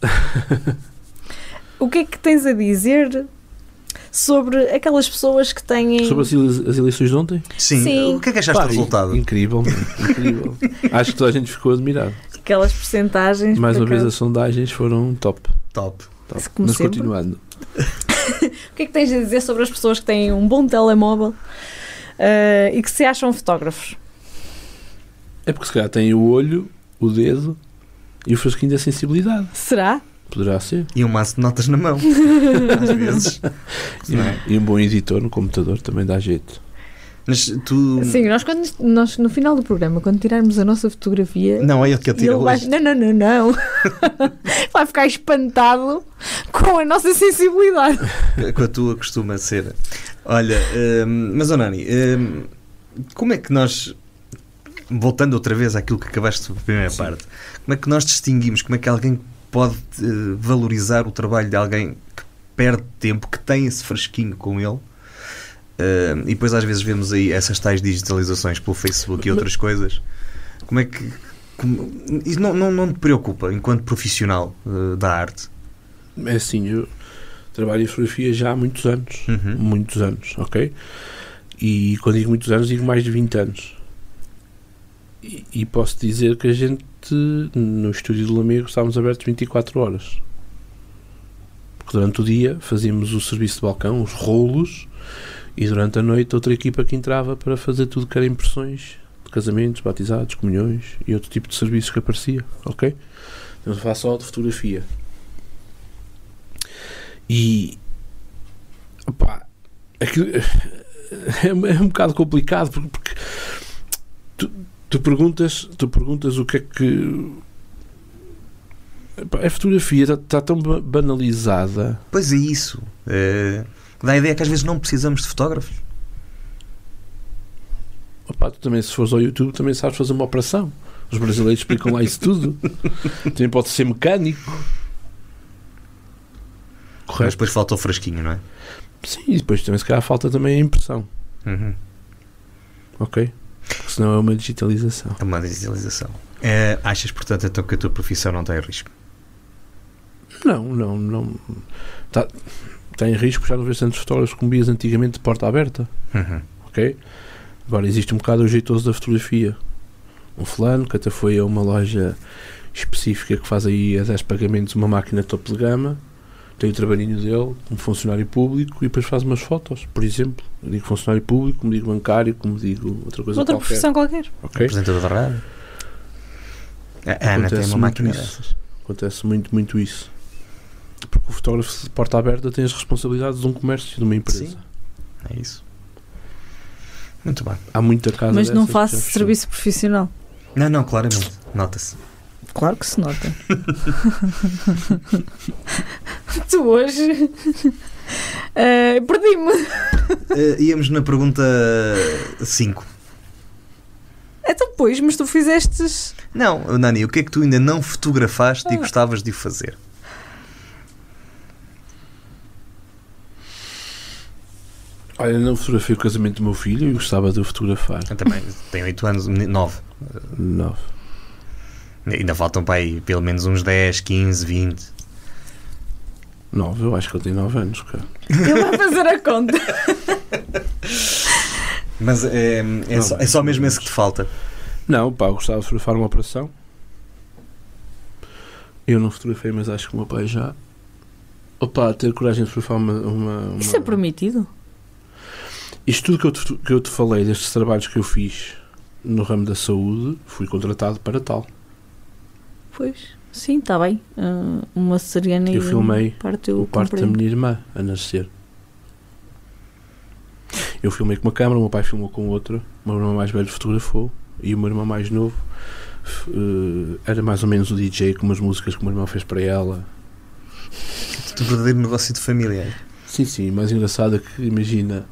O que é que tens a dizer sobre aquelas pessoas que têm. Sobre assim, as, ele- as eleições de ontem? Sim, Sim. o que é que achaste Pá, do resultado? Incrível, mano, incrível. Acho que toda a gente ficou admirado. Aquelas percentagens. Mais por uma vez, acaso. as sondagens foram top. Top. top. Se como Mas sempre. continuando. O que é que tens a dizer sobre as pessoas que têm um bom telemóvel ah, e que se acham fotógrafos? É porque se calhar tem o olho, o dedo e o frasquinho da sensibilidade. Será? Poderá ser. E um maço de notas na mão. Às vezes. E, Não é? e um bom editor no computador também dá jeito. Mas tu. Hum. Sim, nós, quando, nós no final do programa, quando tirarmos a nossa fotografia. Não, é o que eu ele tiro vai, hoje. não, não, não, não. vai ficar espantado com a nossa sensibilidade. Com a tua costuma ser. Olha, hum, mas oh Nani, hum, como é que nós. Voltando outra vez àquilo que acabaste da primeira parte, como é que nós distinguimos? Como é que alguém pode eh, valorizar o trabalho de alguém que perde tempo, que tem esse fresquinho com ele? Hum, e depois às vezes vemos aí essas tais digitalizações pelo Facebook e outras coisas. Como é que. como- isso não, não, não te preocupa enquanto profissional eh, da arte? É assim, eu trabalho em fotografia já há muitos anos. Uhum. Muitos anos, ok? E quando digo muitos anos, digo mais de 20 anos. E, e posso dizer que a gente, no estúdio do Lamego, estávamos abertos 24 horas. Porque durante o dia fazíamos o serviço de balcão, os rolos, e durante a noite outra equipa que entrava para fazer tudo que era impressões de casamentos, batizados, comunhões e outro tipo de serviços que aparecia, ok? Estamos a falar só de fotografia. E. opá, aquilo- (laughs) é, um- é um bocado complicado porque, porque tu, tu perguntas, tu perguntas o que é que. Epá, A fotografia está tão ba- banalizada. Pois é isso. Eh, dá a ideia que às vezes não precisamos de fotógrafos. Opá, tu também, se fores ao YouTube, também sabes fazer uma operação. Os brasileiros explicam lá isso tudo. também pode ser mecânico. Mas Correto? depois falta o fresquinho, não é? Sim, e depois também, se calhar, falta também a impressão. Uhum. Ok? Porque senão é uma digitalização. É uma digitalização. Eh, achas, portanto, então que a tua profissão não tem risco? Não, não, não. Tá, tem risco, já não vês tantos fotógrafos como vias antigamente de porta aberta. Uhum. Ok? Agora existe um bocado o jeitoso da fotografia. Um fulano que até foi a uma loja específica que faz aí a 10 pagamentos uma máquina top de gama, tem o trabalhinho dele, um funcionário público, e depois faz umas fotos, por exemplo. Eu digo funcionário público, como digo bancário, como digo outra coisa Outra qualquer. profissão qualquer. ok? Apresentador da rádio? A Ana tem Acontece uma muito máquina isso. dessas. Acontece muito, muito isso. Porque o fotógrafo de porta aberta tem as responsabilidades de um comércio e de uma empresa. Sim. É isso. Muito bem. Há muita casa Mas dessas não que já faço fechou. serviço profissional. Não, não, claramente. (laughs) Nota-se. Claro que se nota. (laughs) Tu hoje. eh, Perdi-me. Eh, íamos na pergunta 5. Então, pois, mas tu fizestes. Não, Nani, o que é que tu ainda não fotografaste Ah. e gostavas de o fazer? Olha, não fotografei o casamento do meu filho e gostava de o fotografar. Eu também tenho 8 anos, 9. Não. Ainda faltam para aí pelo menos uns 10, 15, 20. 9, eu acho que eu tenho 9 anos, cara. Ele vai fazer a conta. Mas é, é Não, só, é mas só pelo mesmo menos. esse que te falta. Não, pá, eu gostava de fotografar uma operação. Eu não fotografei, mas acho que o meu pai já. Opa, ter coragem de fotografar uma. uma, uma... Isso é permitido? Isto tudo que eu, te, que eu te falei, destes trabalhos que eu fiz no ramo da saúde, fui contratado para tal. Pois. Sim, está bem. Ah, uma cesariana e Eu filmei parte eu O parto da comprei. minha irmã a nascer. Eu filmei com uma câmera, o meu pai filmou com outra, o meu irmão mais velho fotografou e o meu irmão mais novo f- eh, era mais ou menos o DJ com umas músicas que o meu irmão fez para ela. Do verdadeiro negócio de família. Sim, sim, mais engraçado é que imagina,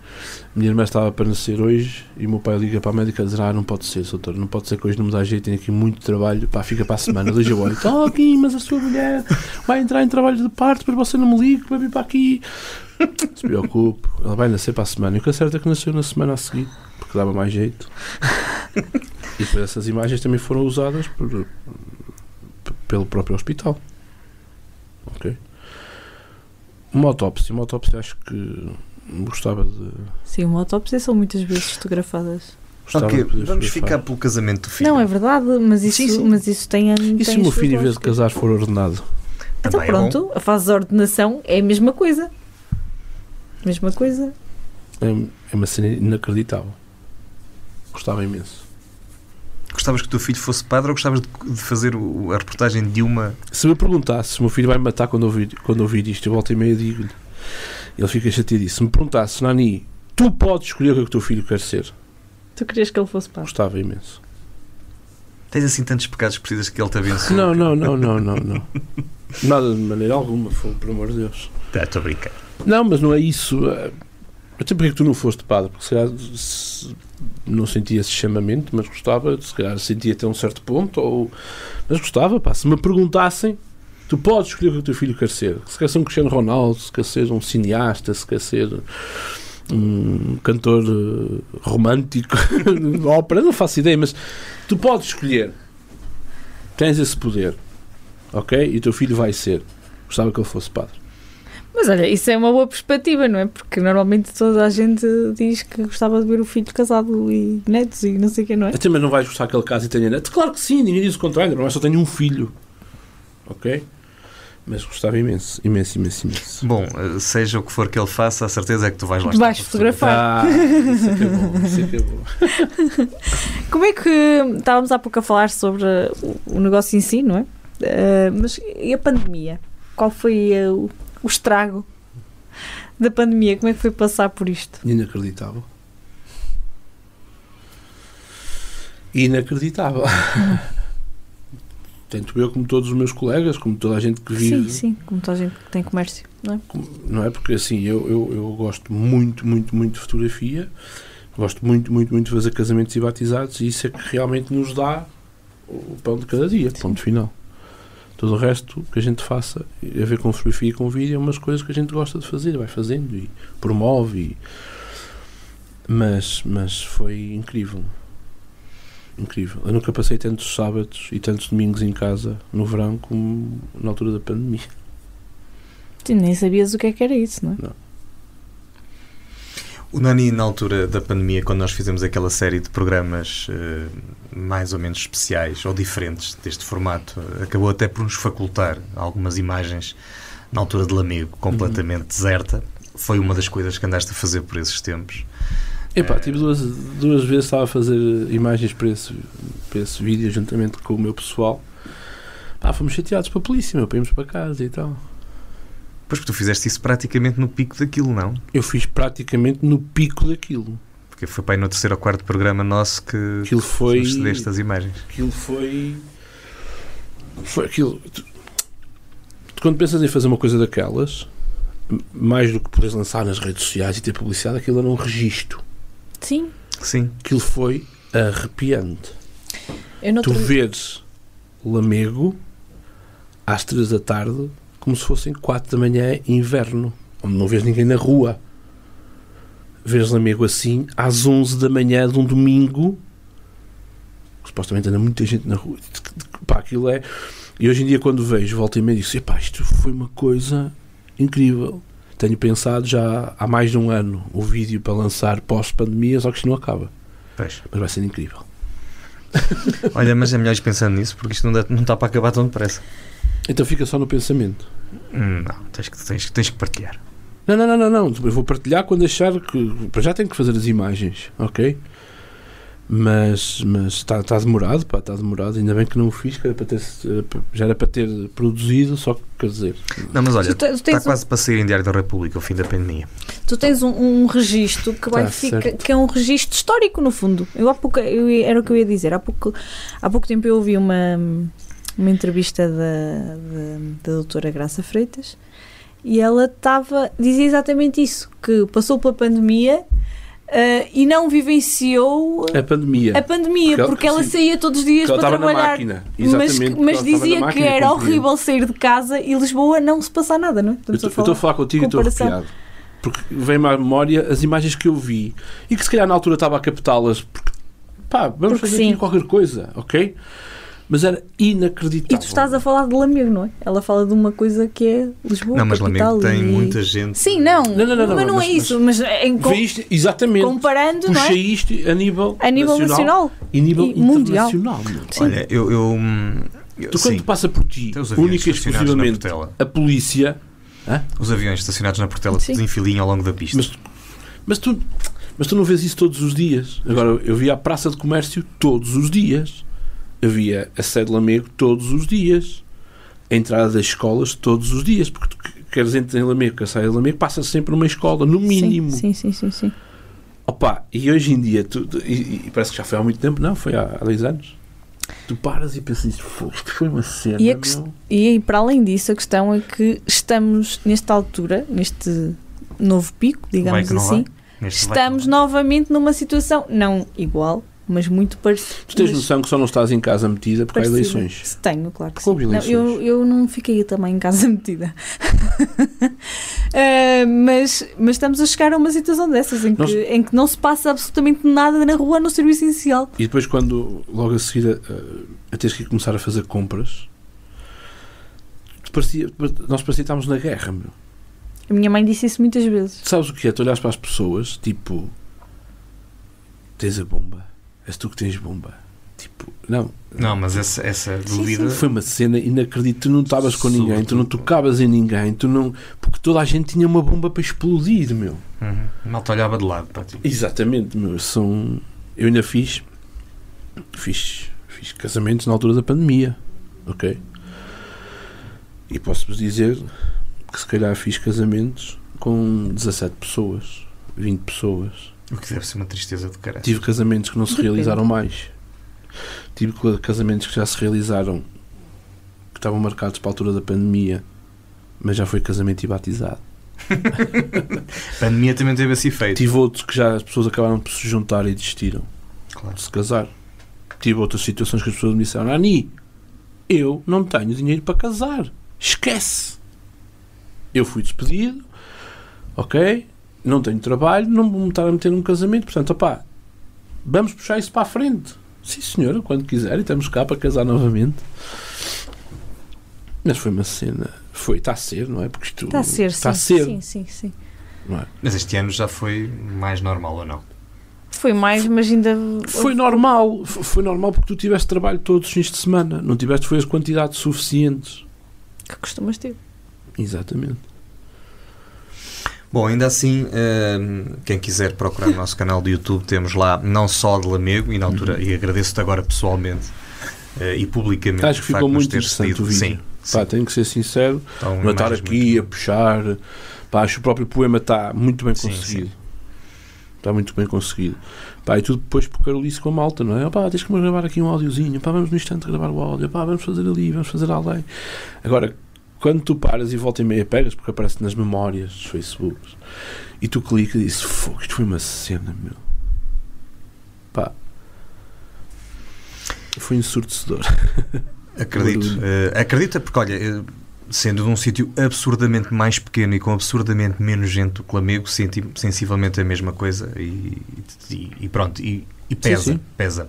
minha irmã estava para nascer hoje e o meu pai liga para a médica a dizer: Ah, não pode ser, doutor, não pode ser que hoje não me dá jeito, tenho aqui muito trabalho, pá, fica para a semana. Hoje eu olho, oh, aqui, mas a sua mulher vai entrar em trabalho de parto, mas você não me liga, vai vir para aqui. Não se preocupe, ela vai nascer para a semana. E o que é certo é que nasceu na semana a seguir, porque dava mais jeito. E depois essas imagens também foram usadas por- p- pelo próprio hospital. Ok? Uma autópsia, uma autópsia acho que gostava de. Sim, uma autópsia são muitas vezes fotografadas. Gostava Ok, de poder vamos ficar fotografar. pelo casamento do filho. Não, é verdade, mas isso, Sim, sim. Mas isso tem a E se o é meu filho, em vez de casar, for ordenado? Então Também é bom. pronto, a fase de ordenação é a mesma coisa. Mesma coisa. É, é uma cena inacreditável. Gostava imenso. Gostavas que o teu filho fosse padre ou gostavas de, de fazer o- a reportagem de uma. Se me perguntasse se o meu filho vai me matar quando ouvir, quando ouvir isto, eu volto e meia digo-lhe. Ele fica chateadíssimo. Se me perguntasse, Nani, tu podes escolher o que é que o teu filho quer ser? Tu querias que ele fosse padre? Gostava (laughs) imenso. Tens assim tantos pecados que precisas que ele te abençoe? Não, não, não, não, não, não. Nada de maneira alguma, foi, por amor de Deus. Tá, Estou a brincar. Não, mas não é isso. eh, Até porque é que tu não foste padre? Porque se calhar se- não sentia esse chamamento, mas gostava, se calhar sentia até um certo ponto, ou... mas gostava, pá, se me perguntassem, tu podes escolher o que o teu filho quer ser. Se quer ser um Cristiano Ronaldo, se quer ser um cineasta, se quer ser um cantor eh, romântico, (laughs) de ópera, não faço ideia, mas tu podes escolher. Tens esse poder, ok? E o teu filho vai ser. Gostava que ele fosse padre. Mas olha, isso é uma boa perspectiva, não é? Porque normalmente toda a gente diz que gostava de ver o filho casado e netos e não sei o que, não é? (laughs) Até mas não vais gostar aquele caso italiano? Claro que sim, ninguém diz o contrário, mas só tenho um filho. Ok? Mas gostava imenso, imenso, imenso, imenso. Bom, eh, seja o que for que ele faça, a certeza é que tu vais lá Tu vais estar. fotografar. Ah, isso acabou, isso é acabou. Como é que estávamos há pouco a falar sobre uh, o o negócio em Eh, si, não é? Uh, mas e a pandemia? Qual foi uh, eh, o, o estrago da pandemia, como é que foi passar por isto? Inacreditável. (laughs) Inacreditável. Tanto eu como todos os meus colegas, como toda a gente que vive. Sim, sim, como toda a gente que tem comércio, não é? Não é? Porque assim, eu, eu, eu gosto muito, muito, muito de fotografia. Gosto muito, muito, muito de fazer casamentos e batizados e isso é que realmente nos dá o pão de cada dia, ponto final. Todo o resto que a gente faça, a ver com fotografia e com vídeo, é umas coisas que a gente gosta de fazer, vai fazendo e promove. e- Mas, mas foi incrível. Incrível. Eu nunca passei tantos sábados e tantos domingos em casa no verão como na altura da pandemia. Tu nem sabias o que é que era isso, não é? O Nani, na altura da pandemia, quando nós fizemos aquela série de programas eh, mais ou menos especiais ou diferentes deste formato, eh, acabou até por nos facultar algumas imagens na altura de Lamego, Uhum. completamente deserta. Foi uma das coisas que andaste a fazer por esses tempos. Epá, tive duas, duas vezes estava a fazer imagens para esse, para esse vídeo juntamente com o meu pessoal. Pá, fomos chateados para a polícia, meu, para irmos para casa e tal. Pois que tu fizeste isso praticamente no pico daquilo, não? Eu fiz praticamente no pico daquilo. Porque foi para aí no terceiro ou quarto programa nosso que Aquilo foi. nos cedeste as imagens. Aquilo foi. Foi aquilo. Tu, tu quando pensas em fazer uma coisa daquelas, m- mais do que poderes lançar nas redes sociais e ter publicidade, aquilo era um registro. Sim. Sim. Aquilo foi arrepiante. Eu não tu veres Lamego às 3 da tarde, como se fossem 4 da manhã, inverno, onde não vês ninguém na rua. Vês Lamego assim às 11 da manhã de um domingo, supostamente anda muita gente na rua. Pá, aquilo é. E hoje em dia, quando vejo, volta e meia, digo: assim, "Epá, isto foi uma coisa incrível. Tenho pensado já há mais de um ano o vídeo para lançar pós-pandemia, só que isto não acaba. Pois. Mas vai ser incrível. Olha, mas é melhor ir pensando nisso porque isto não, dá- não está para acabar tão depressa. Então fica só no pensamento. Hum, Não, tens que, tens, tens que partilhar. Não, não, não, não, não. Eu vou partilhar quando achar que. Para já tenho que fazer as imagens, ok? Mas mas está está demorado, pá, está demorado. Ainda bem que não o fiz, que era para ter, já era para ter produzido, só que quer dizer. Não, mas olha, tu, te- tu Está tá tens, quase para sair em Diário da República, o fim da pandemia. um, tu tens um, um registro que, vai Tá ficar, certo. que é um registro histórico, no fundo. Eu há pouco, eu ia- era o que eu ia dizer. Há pouco, há pouco tempo eu ouvi uma, uma entrevista da, da, da doutora Graça Freitas e ela estava dizia exatamente isso, que passou pela pandemia eh, e não vivenciou A pandemia. a pandemia, Porque ela- porque ela sim. saía todos os dias Porque ela para estava na É trabalhar. máquina. Mas, Exatamente. porque mas ela estava na dizia que máquina, era compreendo. horrível sair de casa e Lisboa não se passar nada, não é? Eu Estamos tô- eu estou a falar contigo e estou comparação. arrepiado. Porque vem-me à memória as imagens que eu vi e que se calhar na altura estava a captá-las porque, pá, Porque vamos fazer sim. aqui qualquer coisa, ok? Mas era inacreditável. E tu estás a falar de Lamego, não é? Ela fala de uma coisa que é Lisboa, não, mas capital Lamego tem e... muita gente. Sim, não. Não, não, não, não, mas não é mas- isso. Mas em com- Vê isto, exatamente. comparando, não Puxa é? isto a nível, A nível nacional. e nível e mundial. internacional. meu. Olha, eu. eu, hum, eu- Tu sim, quando passa por ti, tem os aviões única e estacionados na exclusivamente Portela. a polícia, Os aviões estacionados na Portela Sim. desenfilinham ao longo da pista. Mas- mas tu, mas tu não vês isso todos os dias. Agora, eu via a Praça de Comércio todos os dias. Eu via a sede de Lamego todos os dias. A entrada das escolas todos os dias. Porque tu queres entrar em Lamego, queres sair de Lamego, passa sempre uma escola, no mínimo. Sim, sim, sim, sim. sim. Opa, e hoje em dia, tu, tu- e, e parece que já foi há muito tempo, não? Foi há, há dois anos. Tu paras e pensas, "Fogo, isto foi uma cena. E a quest- meu." E aí, para além disso, a questão é que estamos, nesta altura, neste novo pico, Vai digamos que não assim, vai. Neste vai que estamos não novamente numa situação, não igual, mas muito parecida. Tu tens noção que só não estás em casa metida porque há Parecida. eleições. Se Tenho, claro que Porque houve sim. Não, eu, eleições. eu não fiquei também em casa (laughs) metida. Ah, mas, mas estamos a chegar a uma situação dessas em que, Nós- em que não se passa absolutamente nada na rua, a não ser o essencial. E depois, quando logo a seguir a, a teres que ir começar a fazer compras, tu parecia- nós parecia que estávamos na guerra. Meu. A minha mãe disse isso muitas vezes. Tu sabes o que é? Tu olhas para as pessoas, tipo, tens a bomba, és tu que tens bomba. Tipo, não. vai. Não, mas essa, essa dúvida. Foi uma cena inacreditável. Tu não estavas com ninguém, tu não Sobretudo. tocavas em ninguém, tu não. Porque toda a gente tinha uma bomba para explodir, meu. Uhum. Malta olhava de lado tipo, para ti. Exatamente, meu. São... um, Eu ainda fiz, fiz. Fiz casamentos na altura da pandemia. Ok? E posso-vos dizer que se calhar fiz casamentos com 17 pessoas, 20 pessoas. O que deve ser uma tristeza do caralho. Tive casamentos que não se Depende. realizaram mais. Tive cla- casamentos que já se realizaram, que estavam marcados para a altura da pandemia, mas já foi casamento e batizado. A pandemia também teve esse efeito. Tive outros que já as pessoas acabaram por se juntar e desistiram Claro. de se casar. Tive outras situações que as pessoas me disseram: Ani, eu não tenho dinheiro para casar. Esquece. Eu fui despedido, ok? Não tenho trabalho, não vou me estar a meter num casamento. Portanto, opá, vamos puxar isso para a frente. Sim, senhora, quando quiser, e estamos cá para casar novamente. Mas foi uma cena. Foi, está a ser, não é? Porque isto Está a ser, sim. Está a ser. Sim, sim, sim. Mas este ano já foi mais normal ou não? Foi mais, mas ainda. Foi normal, f- foi normal porque tu tiveste trabalho todos os fins de semana, não tiveste foi as quantidades suficientes. Que costumas ter. Exatamente. Bom, ainda assim, hum, quem quiser procurar o nosso canal do YouTube, temos lá não só de Lamego, e na altura, Uhum. e agradeço-te agora pessoalmente eh, e publicamente. Acho o que facto ficou de nos muito teres interessante cedido. o vídeo. Sim, Pá, sim. tenho que ser sincero, Estão não estar imagens aqui a muito- puxar. Pá, acho que o próprio poema está muito bem Sim, conseguido. Está muito bem conseguido. Pá, e tudo depois por Carolice com a malta, não é? Pá, tens que me gravar aqui um áudiozinho. Pá, vamos no instante gravar o áudio. Pá, vamos fazer ali, vamos fazer além. Agora, quando tu paras e volta e meia pegas, porque aparece nas memórias dos Facebooks, e tu clicas e dizes, "Fogo, isto foi uma cena, meu. Pá. Foi ensurdecedor. Acredito. Eh, acredita, porque olha, eh, sendo de um sítio absurdamente mais pequeno e com absurdamente menos gente do que Lamego, senti sensivelmente a mesma coisa e, e- e pronto, e, e pesa, sim. pesa.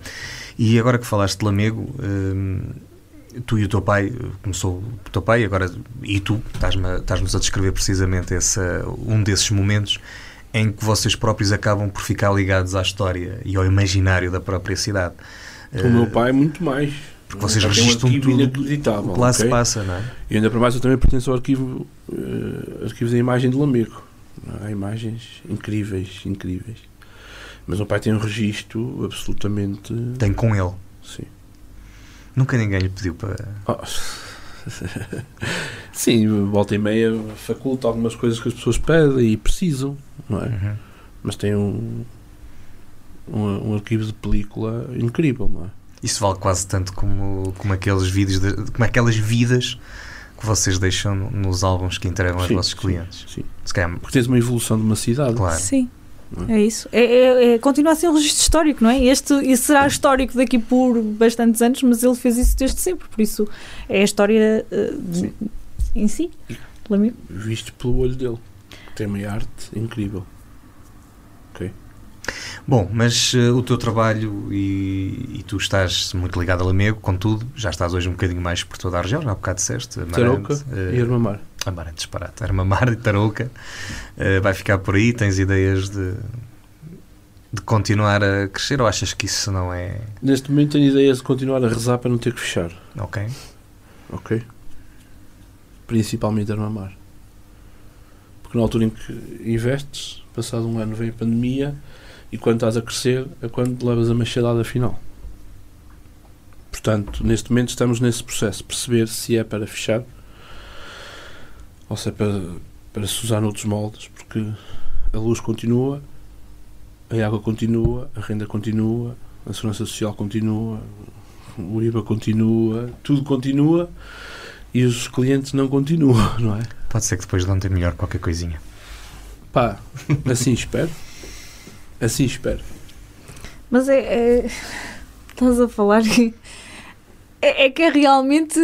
E agora que falaste de Lamego, eh, tu e o teu pai, eh, começou o teu pai, agora e tu, estás-me a- estás-nos a descrever precisamente essa, um desses momentos em que vocês próprios acabam por ficar ligados à história e ao imaginário da própria cidade. Eh, O meu pai, muito mais. Porque vocês Tem um registram arquivo tudo inacreditável, o que lá se Ah, ok? passa, não é? E ainda para mais, eu também pertenço ao arquivo, eh, arquivo da imagem de Lamego. Há imagens incríveis, incríveis. Mas o pai tem um registro absolutamente. Tem com ele. Sim. Nunca ninguém lhe pediu para. Oh. (laughs) Sim, volta e meia faculta algumas coisas que as pessoas pedem e precisam, não é? Mas tem um, um, um arquivo de película incrível, não é? Isso vale quase tanto como, como, aqueles vídeos de- como aquelas vidas que vocês deixam no- nos álbuns que entregam aos Sim, vossos clientes. Sim. Se calhar, Porque tens uma evolução de uma cidade. claro. Sim. É isso. É, é, é- continua a ser um registro histórico, não é? Este, este será histórico daqui por bastantes anos, mas ele fez isso desde sempre, por isso é a história eh, de- Sim. em si. Lamego. Visto pelo olho dele. Tem uma arte incrível. Bom, mas eh, o teu trabalho e, e tu estás muito ligado a Lamego, contudo, já estás hoje um bocadinho mais por toda a região, já há bocado disseste. Amarante, Tarouca eh, e Irmã Mar. Amarante, disparate. Armamar e Tarouca. Eh, vai ficar por aí? Tens ideias de, de continuar a crescer ou achas que isso não é. Neste momento tenho ideias de continuar a rezar para não ter que fechar, Ok? ok? Principalmente a mamar. Porque na altura em que investes, passado um ano vem a pandemia e quando estás a crescer é quando levas a machadada final. Portanto, neste momento estamos nesse processo, perceber se é para fechar ou se é para, para se usar noutros moldes, porque a luz continua, a água continua, a renda continua, a segurança social continua, o IVA continua, tudo continua e os clientes não continuam, (laughs) não é? Pode ser que depois de ontem melhor qualquer coisinha. Pá, assim espero. Assim espero. Mas é, é- Estás a falar que. É, é que é realmente.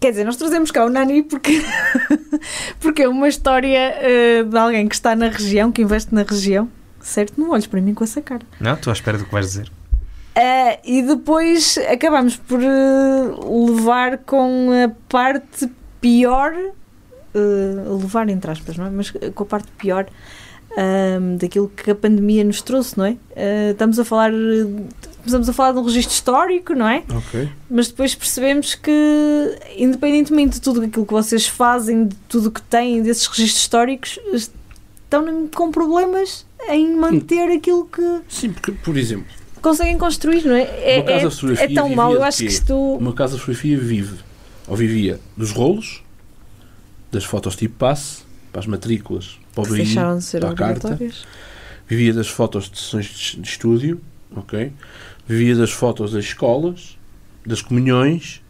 Quer dizer, nós trazemos cá o Nani porque, (laughs) porque é uma história eh, de alguém que está na região, que investe na região. Certo? Não olhes para mim com essa cara. Não? Estou à espera do que vais dizer. Ah, e depois acabamos por eh, levar com a parte pior, eh, levar entre aspas, não é? Mas com a parte pior ahm, daquilo que a pandemia nos trouxe, não é? Ah, estamos a falar, eh, começamos a falar de um registro histórico, não é? Ok. Mas depois percebemos que, independentemente de tudo aquilo que vocês fazem, de tudo que têm, desses registros históricos, estão com problemas em manter aquilo que Sim, porque, por exemplo, conseguem construir, não é? É, Uma casa é- de fotografia é tão vivia mau, eu de acho que quê? Um isto. uma casa de fotografia vive, ou vivia, dos rolos, das fotos tipo passe, para as matrículas, para o que BI, deixaram de ser para a carta. obrigatórias. Vivia das fotos de sessões de, de estúdio, ok? Vivia das fotos das escolas, das comunhões,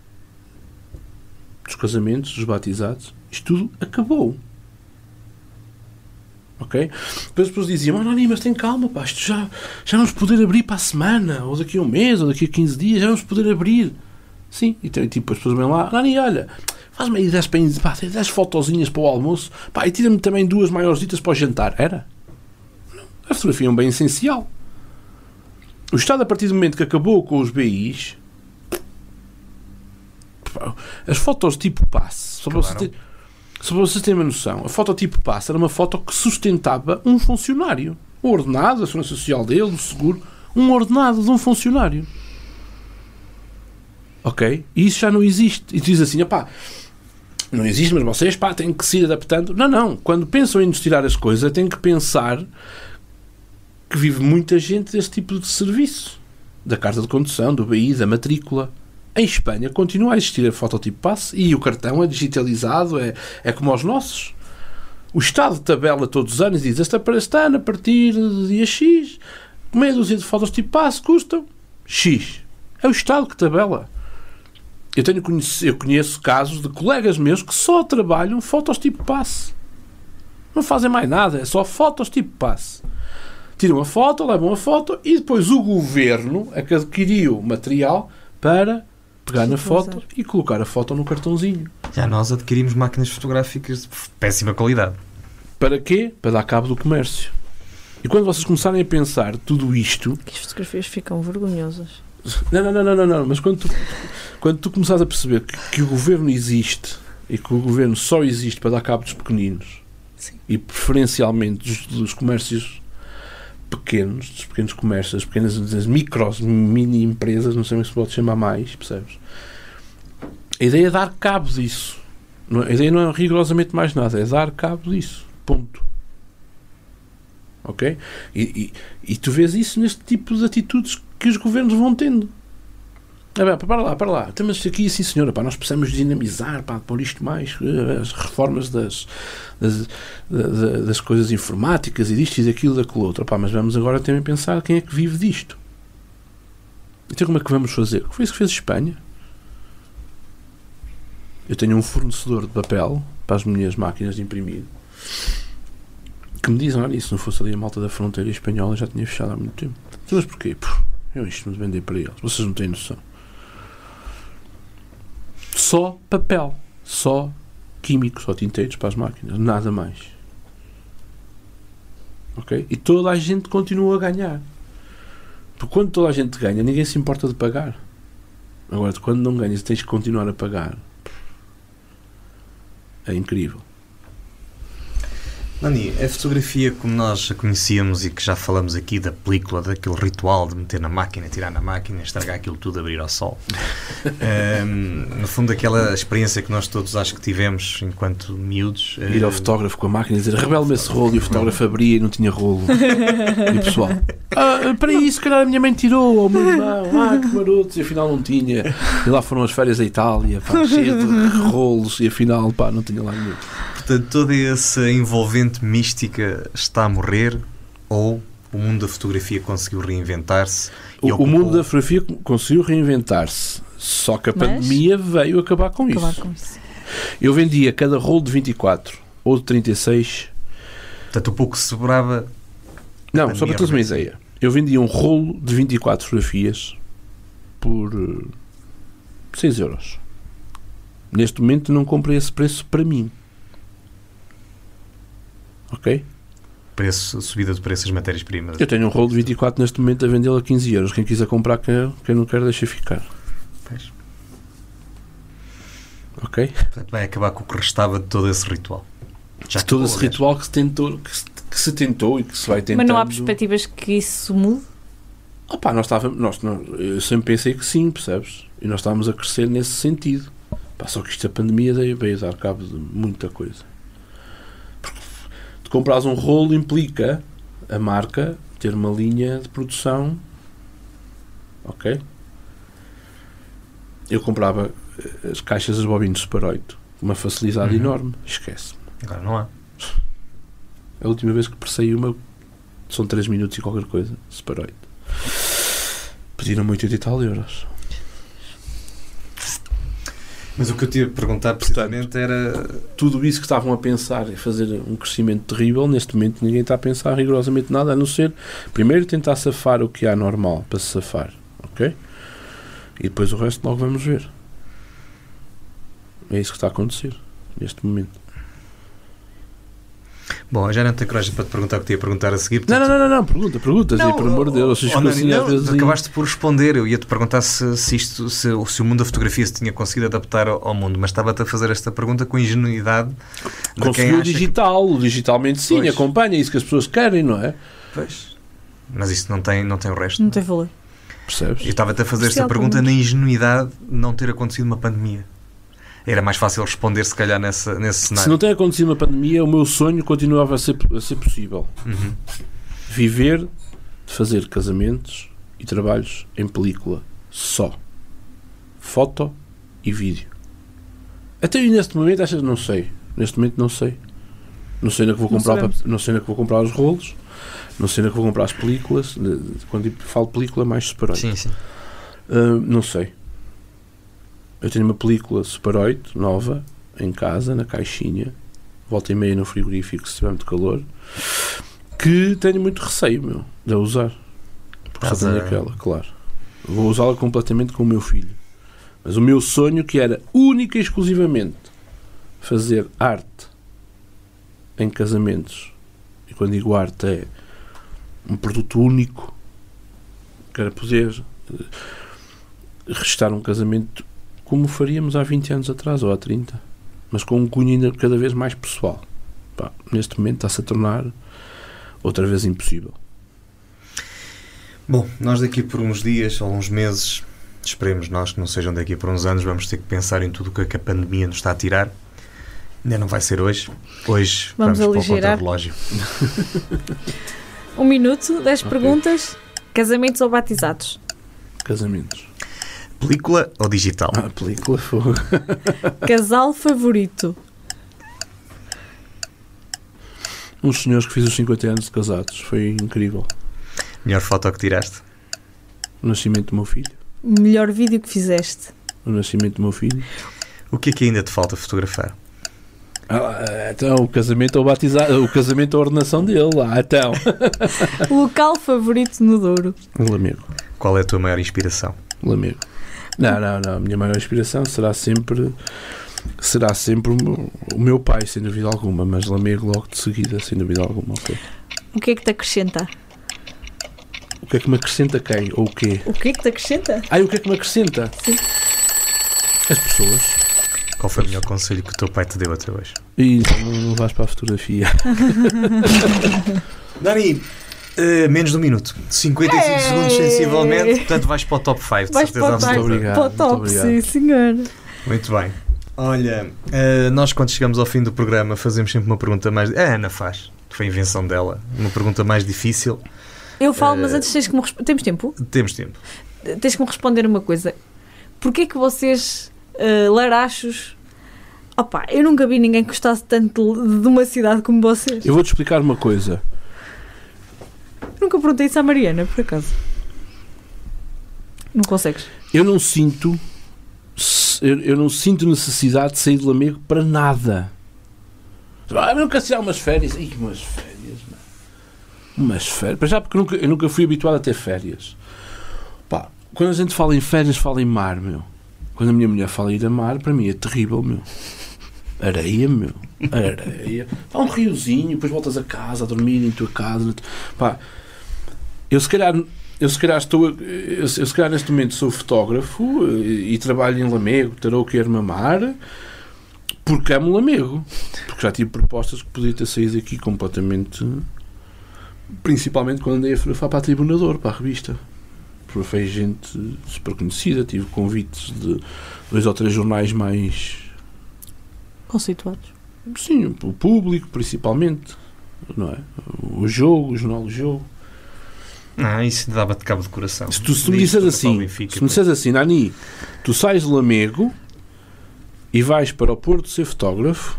dos casamentos, dos batizados. Isto tudo acabou. Ok? Depois as pessoas diziam, mas Nani, mas tem calma, pá, isto já, já vamos poder abrir para a semana, ou daqui a um mês, ou daqui a 15 dias, já vamos poder abrir. Sim, e tem, tipo, as pessoas vêm lá, Nani, olha, faz-me aí 10, pens- pá, 10 fotozinhas para o almoço, pá, e tira-me também duas maiorzitas para o jantar. Era? Não. A fotografia é um bem essencial. O Estado, a partir do momento que acabou com os BIs, pá, as fotos tipo passe, só para você Acabaram. ter- só para vocês terem uma noção, a foto tipo passe era uma foto que sustentava um funcionário. O ordenado, a segurança social dele, o seguro, um ordenado de um funcionário. Ok? E isso já não existe. E tu diz assim, opá, não existe, mas vocês pá, têm que se ir adaptando. Não, não. Quando pensam em nos tirar as coisas, têm que pensar que vive muita gente desse tipo de serviço. Da carta de condução, do BI, da matrícula. Em Espanha continua a existir a fototipo passe e o cartão é digitalizado, é, é como aos nossos. O Estado tabela todos os anos e diz esta para este ano, a partir do dia X, meia dúzia de fotos tipo passe custam X. É o Estado que tabela. Eu, tenho, conhec- eu conheço casos de colegas meus que só trabalham fotos tipo passe. Não fazem mais nada, é só fotos tipo passe. Tiram a foto, levam a foto e depois o governo é que adquiriu o material para pegar na foto e colocar a foto no cartãozinho. Já nós adquirimos máquinas fotográficas de péssima qualidade. Para quê? Para dar cabo do comércio. E quando vocês começarem a pensar tudo isto, Que as fotografias ficam vergonhosas. Não, não, não, não, não, não. mas quando tu, quando tu começares a perceber que, que o governo existe e que o governo só existe para dar cabo dos pequeninos Sim. e preferencialmente dos, dos comércios pequenos, dos pequenos comércios, das pequenas das micros, mini empresas, não sei bem se pode chamar mais, percebes? A ideia é dar cabo disso. Não é- A ideia não é rigorosamente mais nada, é dar cabo disso. Ponto. Ok? E, e- e tu vês isso neste tipo de atitudes que os governos vão tendo. Ah, bem, para lá, para lá. Temos aqui, sim senhora, pá, nós precisamos dinamizar, pá, pôr isto mais, eh, as reformas das, das, da- da- das coisas informáticas e disto e daquilo e daquilo outro. Pá, mas vamos agora também pensar quem é que vive disto. Então como é que vamos fazer? Foi isso que fez Espanha. Eu tenho um fornecedor de papel para as minhas máquinas de imprimir que me dizem, olha, e se não fosse ali a malta da fronteira espanhola já tinha fechado há muito tempo. Então, Mas porquê? Pô, eu isto me vender para eles, vocês não têm noção. Só papel, só químicos, só tinteiros para as máquinas, nada mais. Ok? E toda a gente continua a ganhar. Porque quando toda a gente ganha, ninguém se importa de pagar. Agora, de quando não ganhas, tens que continuar a pagar. É incrível. Nani, a fotografia como nós a conhecíamos e que já falamos aqui da película, daquele ritual de meter na máquina, tirar na máquina, estragar aquilo tudo, abrir ao (laughs) sol. Ahm, no fundo, aquela experiência que nós todos acho que tivemos enquanto miúdos. ir ao eh, fotógrafo com a máquina e dizer rebelde-me esse rolo e o fotógrafo abria e não tinha rolo. E o pessoal, ah, para isso, calhar a minha mãe tirou, ou o meu irmão, ah, que marotos, e afinal não tinha. E lá foram as férias da Itália, pá, cheio de rolos, e afinal, pá, não tinha lá nenhum. Portanto, toda essa envolvente mística está a morrer ou o mundo da fotografia conseguiu reinventar-se? e O, o mundo ocupou- da fotografia conseguiu reinventar-se, só que a Mas- pandemia veio acabar com Acabar isso. com isso. Eu vendia cada rolo de 24 ou de 36 Portanto, o pouco que sobrava Não, só Pandemia, para teres uma realmente. ideia. Eu vendia um rolo de 24 fotografias por 6 euros. Neste momento não comprei esse preço para mim. Ok? preço, subida de preços das matérias-primas. Eu tenho um rolo de 24 neste momento a vendê-lo a 15 euros. Quem quiser comprar, quem, quem não quer, deixa ficar. Pois. Ok? Portanto, vai acabar com o que restava de todo esse ritual. Já Todo esse acabou, aliás. ritual que se, tentou, que, se, que se tentou e que se vai tentar. Mas não há perspectivas que isso mude? Opa, nós estávamos. Nós, nós- eu sempre pensei que sim, percebes? E nós estávamos a crescer nesse sentido. Pá, só que isto, a pandemia, veio, veio dar cabo de muita coisa. Porque tu comprares um rolo implica a marca ter uma linha de produção. Ok? Eu comprava eh, as caixas das bobinas Super 8, uma facilidade Uhum. enorme. Esquece. Agora não há. A última vez que passei uma são 3 minutos e qualquer coisa. Separei. Pediram-me 80 e tal euros. Mas o que eu te ia perguntar precisamente era. Tudo isso que estavam a pensar em fazer um crescimento terrível, neste momento ninguém está a pensar rigorosamente nada, a não ser primeiro tentar safar o que há normal para se safar, ok? E depois o resto logo vamos ver. É isso que está a acontecer neste momento. Bom, eu já não tenho coragem para te perguntar o que te ia perguntar a seguir. Não, portanto- não, não, não, não, pergunta, pergunta, Zé, por amor de Deus. vocês oh, ficam Nani, assim às não, vezes e- acabaste por responder. Eu ia te perguntar se, se, isto, se, o- se o mundo da fotografia se tinha conseguido adaptar ao, ao mundo, mas estava-te a fazer esta pergunta com ingenuidade. de quem Conseguiu o acha que- digital, o digitalmente sim, Pois. acompanha isso que as pessoas querem, não é? Pois. Mas isso não tem, não tem o resto. Não tem valor. Eu Percebes? estava-te a fazer Isto é esta algo pergunta muito- na ingenuidade de não ter acontecido uma pandemia. Era mais fácil responder, se calhar, nessa, nesse Se cenário. não tem acontecido uma pandemia, o meu sonho continuava a ser, a ser possível. Uhum. Viver de fazer casamentos e trabalhos em película só. Foto e vídeo. Até aí neste momento achas não sei. Neste momento não sei. Não sei na que vou Não comprar, o sabemos. pap- não sei na que vou comprar os rolos, não sei na que vou comprar as películas. de- de- Quando falo película mais separado. Sim, sim. Ah, não sei. Eu tenho uma película Super 8, nova, em casa, na caixinha, volta e meia no frigorífico se tiver muito calor, que tenho muito receio, meu, de a usar. Porque Estás só tenho a- aquela, claro. Vou usá-la completamente com o meu filho. Mas o meu sonho, que era única e exclusivamente fazer arte em casamentos, e quando digo arte é um produto único, que era poder restar um casamento como faríamos há 20 anos atrás ou há 30, mas com um cunho ainda cada vez mais pessoal. Pá, neste momento está-se a tornar outra vez impossível. Bom, nós daqui por uns dias ou uns meses, esperemos nós que não sejam daqui por uns anos, vamos ter que pensar em tudo o que é que a pandemia nos está a tirar. Ainda não vai ser hoje. Hoje vamos, Vamos para o aligerar. contra-relógio. Um minuto, dez perguntas. Casamentos ou batizados? Casamentos. Película ou digital? Ah, película fogo. Casal favorito? Uns um senhores que fiz os 50 anos de casados. Foi incrível. Melhor foto que tiraste? O nascimento do meu filho. Melhor vídeo que fizeste? O nascimento do meu filho. O que é que ainda te falta fotografar? Ah, então, o casamento ou batizado. O casamento ou a ordenação dele. Ah, então. Local favorito no Douro? Lamego. Qual é a tua maior inspiração? Um Lamego. Não, não, não. A minha maior inspiração será sempre será sempre o meu- o meu pai, sem dúvida alguma, mas Lamego logo de seguida, sem dúvida alguma. ok? O que é que te acrescenta? O que é que me acrescenta quem ou o quê? O que é que te acrescenta? Ah, e o que é que me acrescenta? Sim. As pessoas. Qual foi o melhor conselho que o teu pai te deu até hoje? E não, não vais para a fotografia. Dani, eh, menos de um minuto. 55 segundos, sensivelmente. Portanto, vais para o top 5, de Vais certeza para o top absoluta. Muito obrigado. Para o muito top, obrigado. sim, senhor. Muito bem. Olha, eh, nós quando chegamos ao fim do programa fazemos sempre uma pergunta mais. A Ana faz, foi a invenção dela. Uma pergunta mais difícil. Eu falo, mas Eh, antes tens que me resp- Temos tempo? Temos tempo. Tens que me responder uma coisa. Porquê que vocês, eh, larachos... Opa, eu nunca vi ninguém que gostasse tanto de de uma cidade como vocês. Eu vou-te explicar uma coisa. Nunca perguntei isso à Mariana, por acaso. Não consegues. Eu não sinto. se- Eu, eu não sinto necessidade de sair de Lamego para nada. Ah, mas nunca tirar umas férias. Ih, umas férias, mano. Umas férias. Para já, porque eu nunca, eu nunca fui habituado a ter férias. Pá, quando a gente fala em férias, fala em mar, meu. Quando a minha mulher fala em ir a mar, para mim é terrível, meu. Areia, meu. Areia. Há um riozinho, depois voltas a casa, a dormir em tua casa. na tu- Pá, eu se calhar eu se calhar estou a- eu, se eu se calhar neste momento sou fotógrafo eh, e, trabalho em Lamego, Tarouca e Armamar porque amo Lamego porque já tive propostas que podia ter saído aqui completamente principalmente quando andei a fotografar para a Tribunador para a revista fotografei gente super conhecida tive convites de dois ou três jornais mais Conceituados. Sim, o público principalmente não é? o jogo, o jornal do jogo Ah, isso dava-te cabo de coração. Se tu, se tu me disseres assim, se me disseres assim, Nani, tu sais de Lamego e vais para o Porto ser fotógrafo,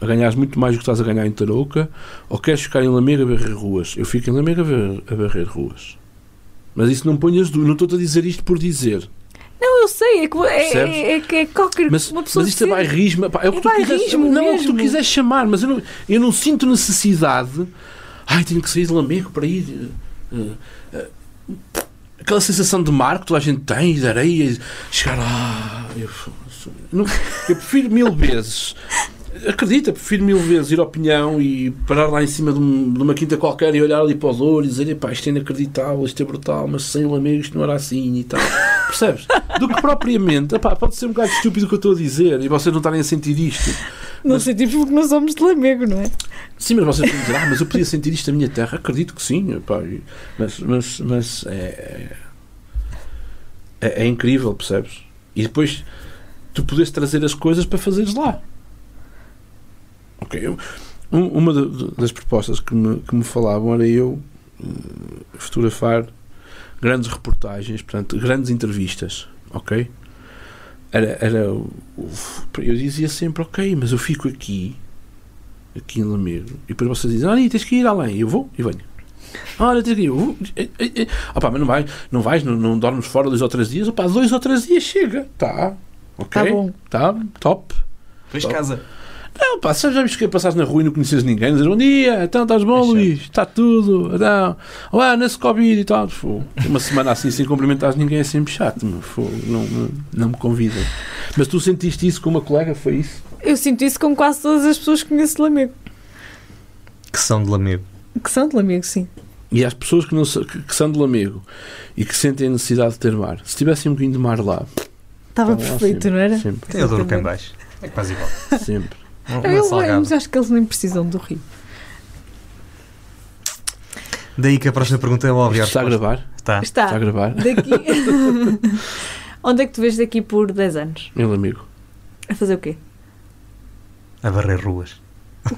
a ganhares muito mais do que estás a ganhar em Tarouca, ou queres ficar em Lamego a barrer ruas? Eu fico em Lamego a barrer, a barrer ruas. Mas isso não ponhas dúvida, não estou-te a dizer isto por dizer. Não, eu sei, é que é, Percebes? é, é, que é qualquer Mas, uma pessoa. mas isto é decide. bairrismo. pá, é o que É tu quiseres, bairrismo não, é o que tu mesmo. quiseres chamar, mas eu não, eu não sinto necessidade. Ai, tenho que sair de Lamego para ir. eh, eh, aquela sensação de mar que toda a gente tem, de areia, e chegar lá. Eu, não- eu prefiro mil vezes. Acredita, prefiro mil vezes ir ao Pinhão e parar lá em cima de, um- de uma quinta qualquer e olhar ali para o Douro e dizer: "Epá, isto é inacreditável, isto é brutal, mas sem o amigo isto não era assim e tal. (laughs) Percebes? Do que propriamente. Epá, pode ser um bocado estúpido o que eu estou a dizer e vocês não estarem a sentir isto. Não sentimos porque não somos de Lamego, não é? Sim, mas vocês vão dizer, ah, mas eu podia sentir isto na minha terra. Acredito que sim, pá, e- mas, mas, mas é, é, é incrível, percebes? E depois tu podes trazer as coisas para fazeres lá. Ok, eu- um- uma da- da- das propostas que me, que me falavam era eu eh, fotografar grandes reportagens, portanto, grandes entrevistas, ok? Era, era, o- o- eu dizia sempre, ok, mas eu fico aqui aqui em Lamego. E depois vocês dizem, olha, tens que ir além. Eu vou e venho. Olha, tens que ir. Eu vou. Eh, eh, eh. Ah pá, mas não vais, não vais, não, não dormes fora dois ou três dias. Opá, dois ou três dias chega. Tá. Ok. Tá bom. Tá, top. Fez casa. Não, pá, já já viste que passaste na rua e não conheces ninguém? Dizes, bom dia, então estás bom, É chato. Luís? Está tudo? Não. Olá, nesse Covid e tal. Fô, Uma semana assim, sem cumprimentares ninguém, é sempre chato. meu. Fô, não, não, não me convidam. Mas tu sentiste isso com uma colega? Foi isso? Eu sinto isso com quase todas as pessoas que conheço de Lamego. Que são de Lamego. Que são de Lamego, sim. E às pessoas que, não, sa- que, que são de Lamego e que sentem a necessidade de ter mar, se tivessem um bocadinho de mar lá, Estava estavam lá perfeito, sempre, não era? Sempre, Tem a dor cá em baixo. É quase igual. sempre. Não- não é Eu, salgado. mas acho que eles nem precisam do rio. Daí que a próxima pergunta é óbvia. Isto está a gravar? Está. Está. Está a gravar? Daqui. (laughs) Onde é que tu vês daqui por 10 anos? Meu amigo. A fazer o quê? A barrer ruas.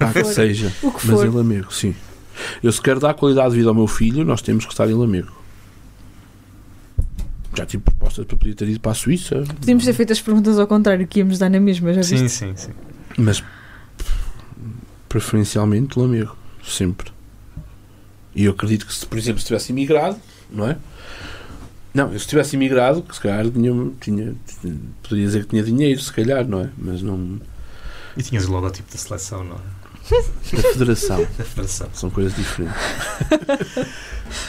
Ah, que for. seja. o que Mas for. em Lamego, sim. Eu se quero dar qualidade de vida ao meu filho, nós temos que estar em Lamego. Já tive propostas para poder ter ido para a Suíça, Podíamos ter feito as perguntas ao contrário, que íamos dar na mesma, já viste? Sim, sim, sim. mas preferencialmente Lamego, sempre. E eu acredito que, se, por exemplo, se tivesse imigrado, não é? Não, eu se tivesse imigrado, que se calhar tinha, tinha, tinha- poderia dizer que tinha dinheiro, se calhar, não é? Mas não. E tinhas o logotipo da seleção, não é? Da Federação, Da federação. são coisas diferentes.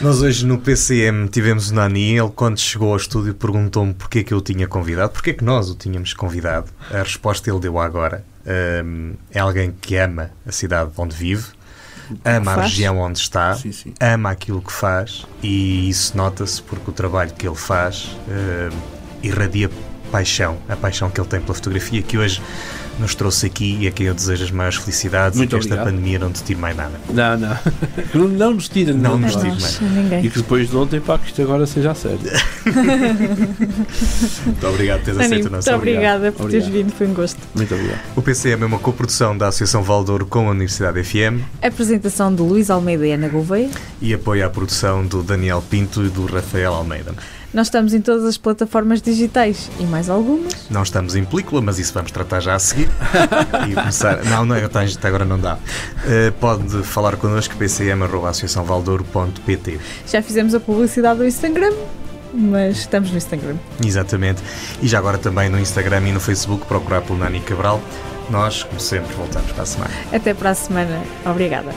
Nós hoje no PCM tivemos o Nani. Ele, quando chegou ao estúdio, perguntou-me porque é que eu o tinha convidado, porque é que nós o tínhamos convidado. A resposta ele deu agora. Hum, é alguém que ama a cidade onde vive, ama a Faz. região onde está, Sim, sim. ama aquilo que faz e isso nota-se porque o trabalho que ele faz eh, irradia paixão, a paixão que ele tem pela fotografia que hoje nos trouxe aqui e a quem eu desejo as maiores felicidades Muito e que esta obrigado. pandemia não te tire mais nada. Não, não. Que (laughs) não- Não nos tira, Não de nos nós. tira. Nós, ninguém. E que depois de ontem, pá, que isto agora seja a sério. Muito obrigado por teres Annie, aceito o muito nosso obrigado. obrigada por teres Obrigado. vindo, foi um gosto. Muito obrigado. O PCM é uma coprodução da Associação Valdouro com a Universidade FM Apresentação de Luís Almeida e Ana Gouveia. e apoia a produção do Daniel Pinto e do Rafael Almeida. Nós estamos em todas as plataformas digitais e mais algumas. Não estamos em película, mas isso vamos tratar já a seguir. e começar... Não, não, até até agora não dá. Eh, pode falar connosco, pcm.associaçãovaldouro.pt. Já fizemos a publicidade do Instagram, mas estamos no Instagram. Exatamente. E já agora também no Instagram e no Facebook procurar pelo Nani Cabral. Nós, como sempre, voltamos para a semana. Até para a semana. Obrigada.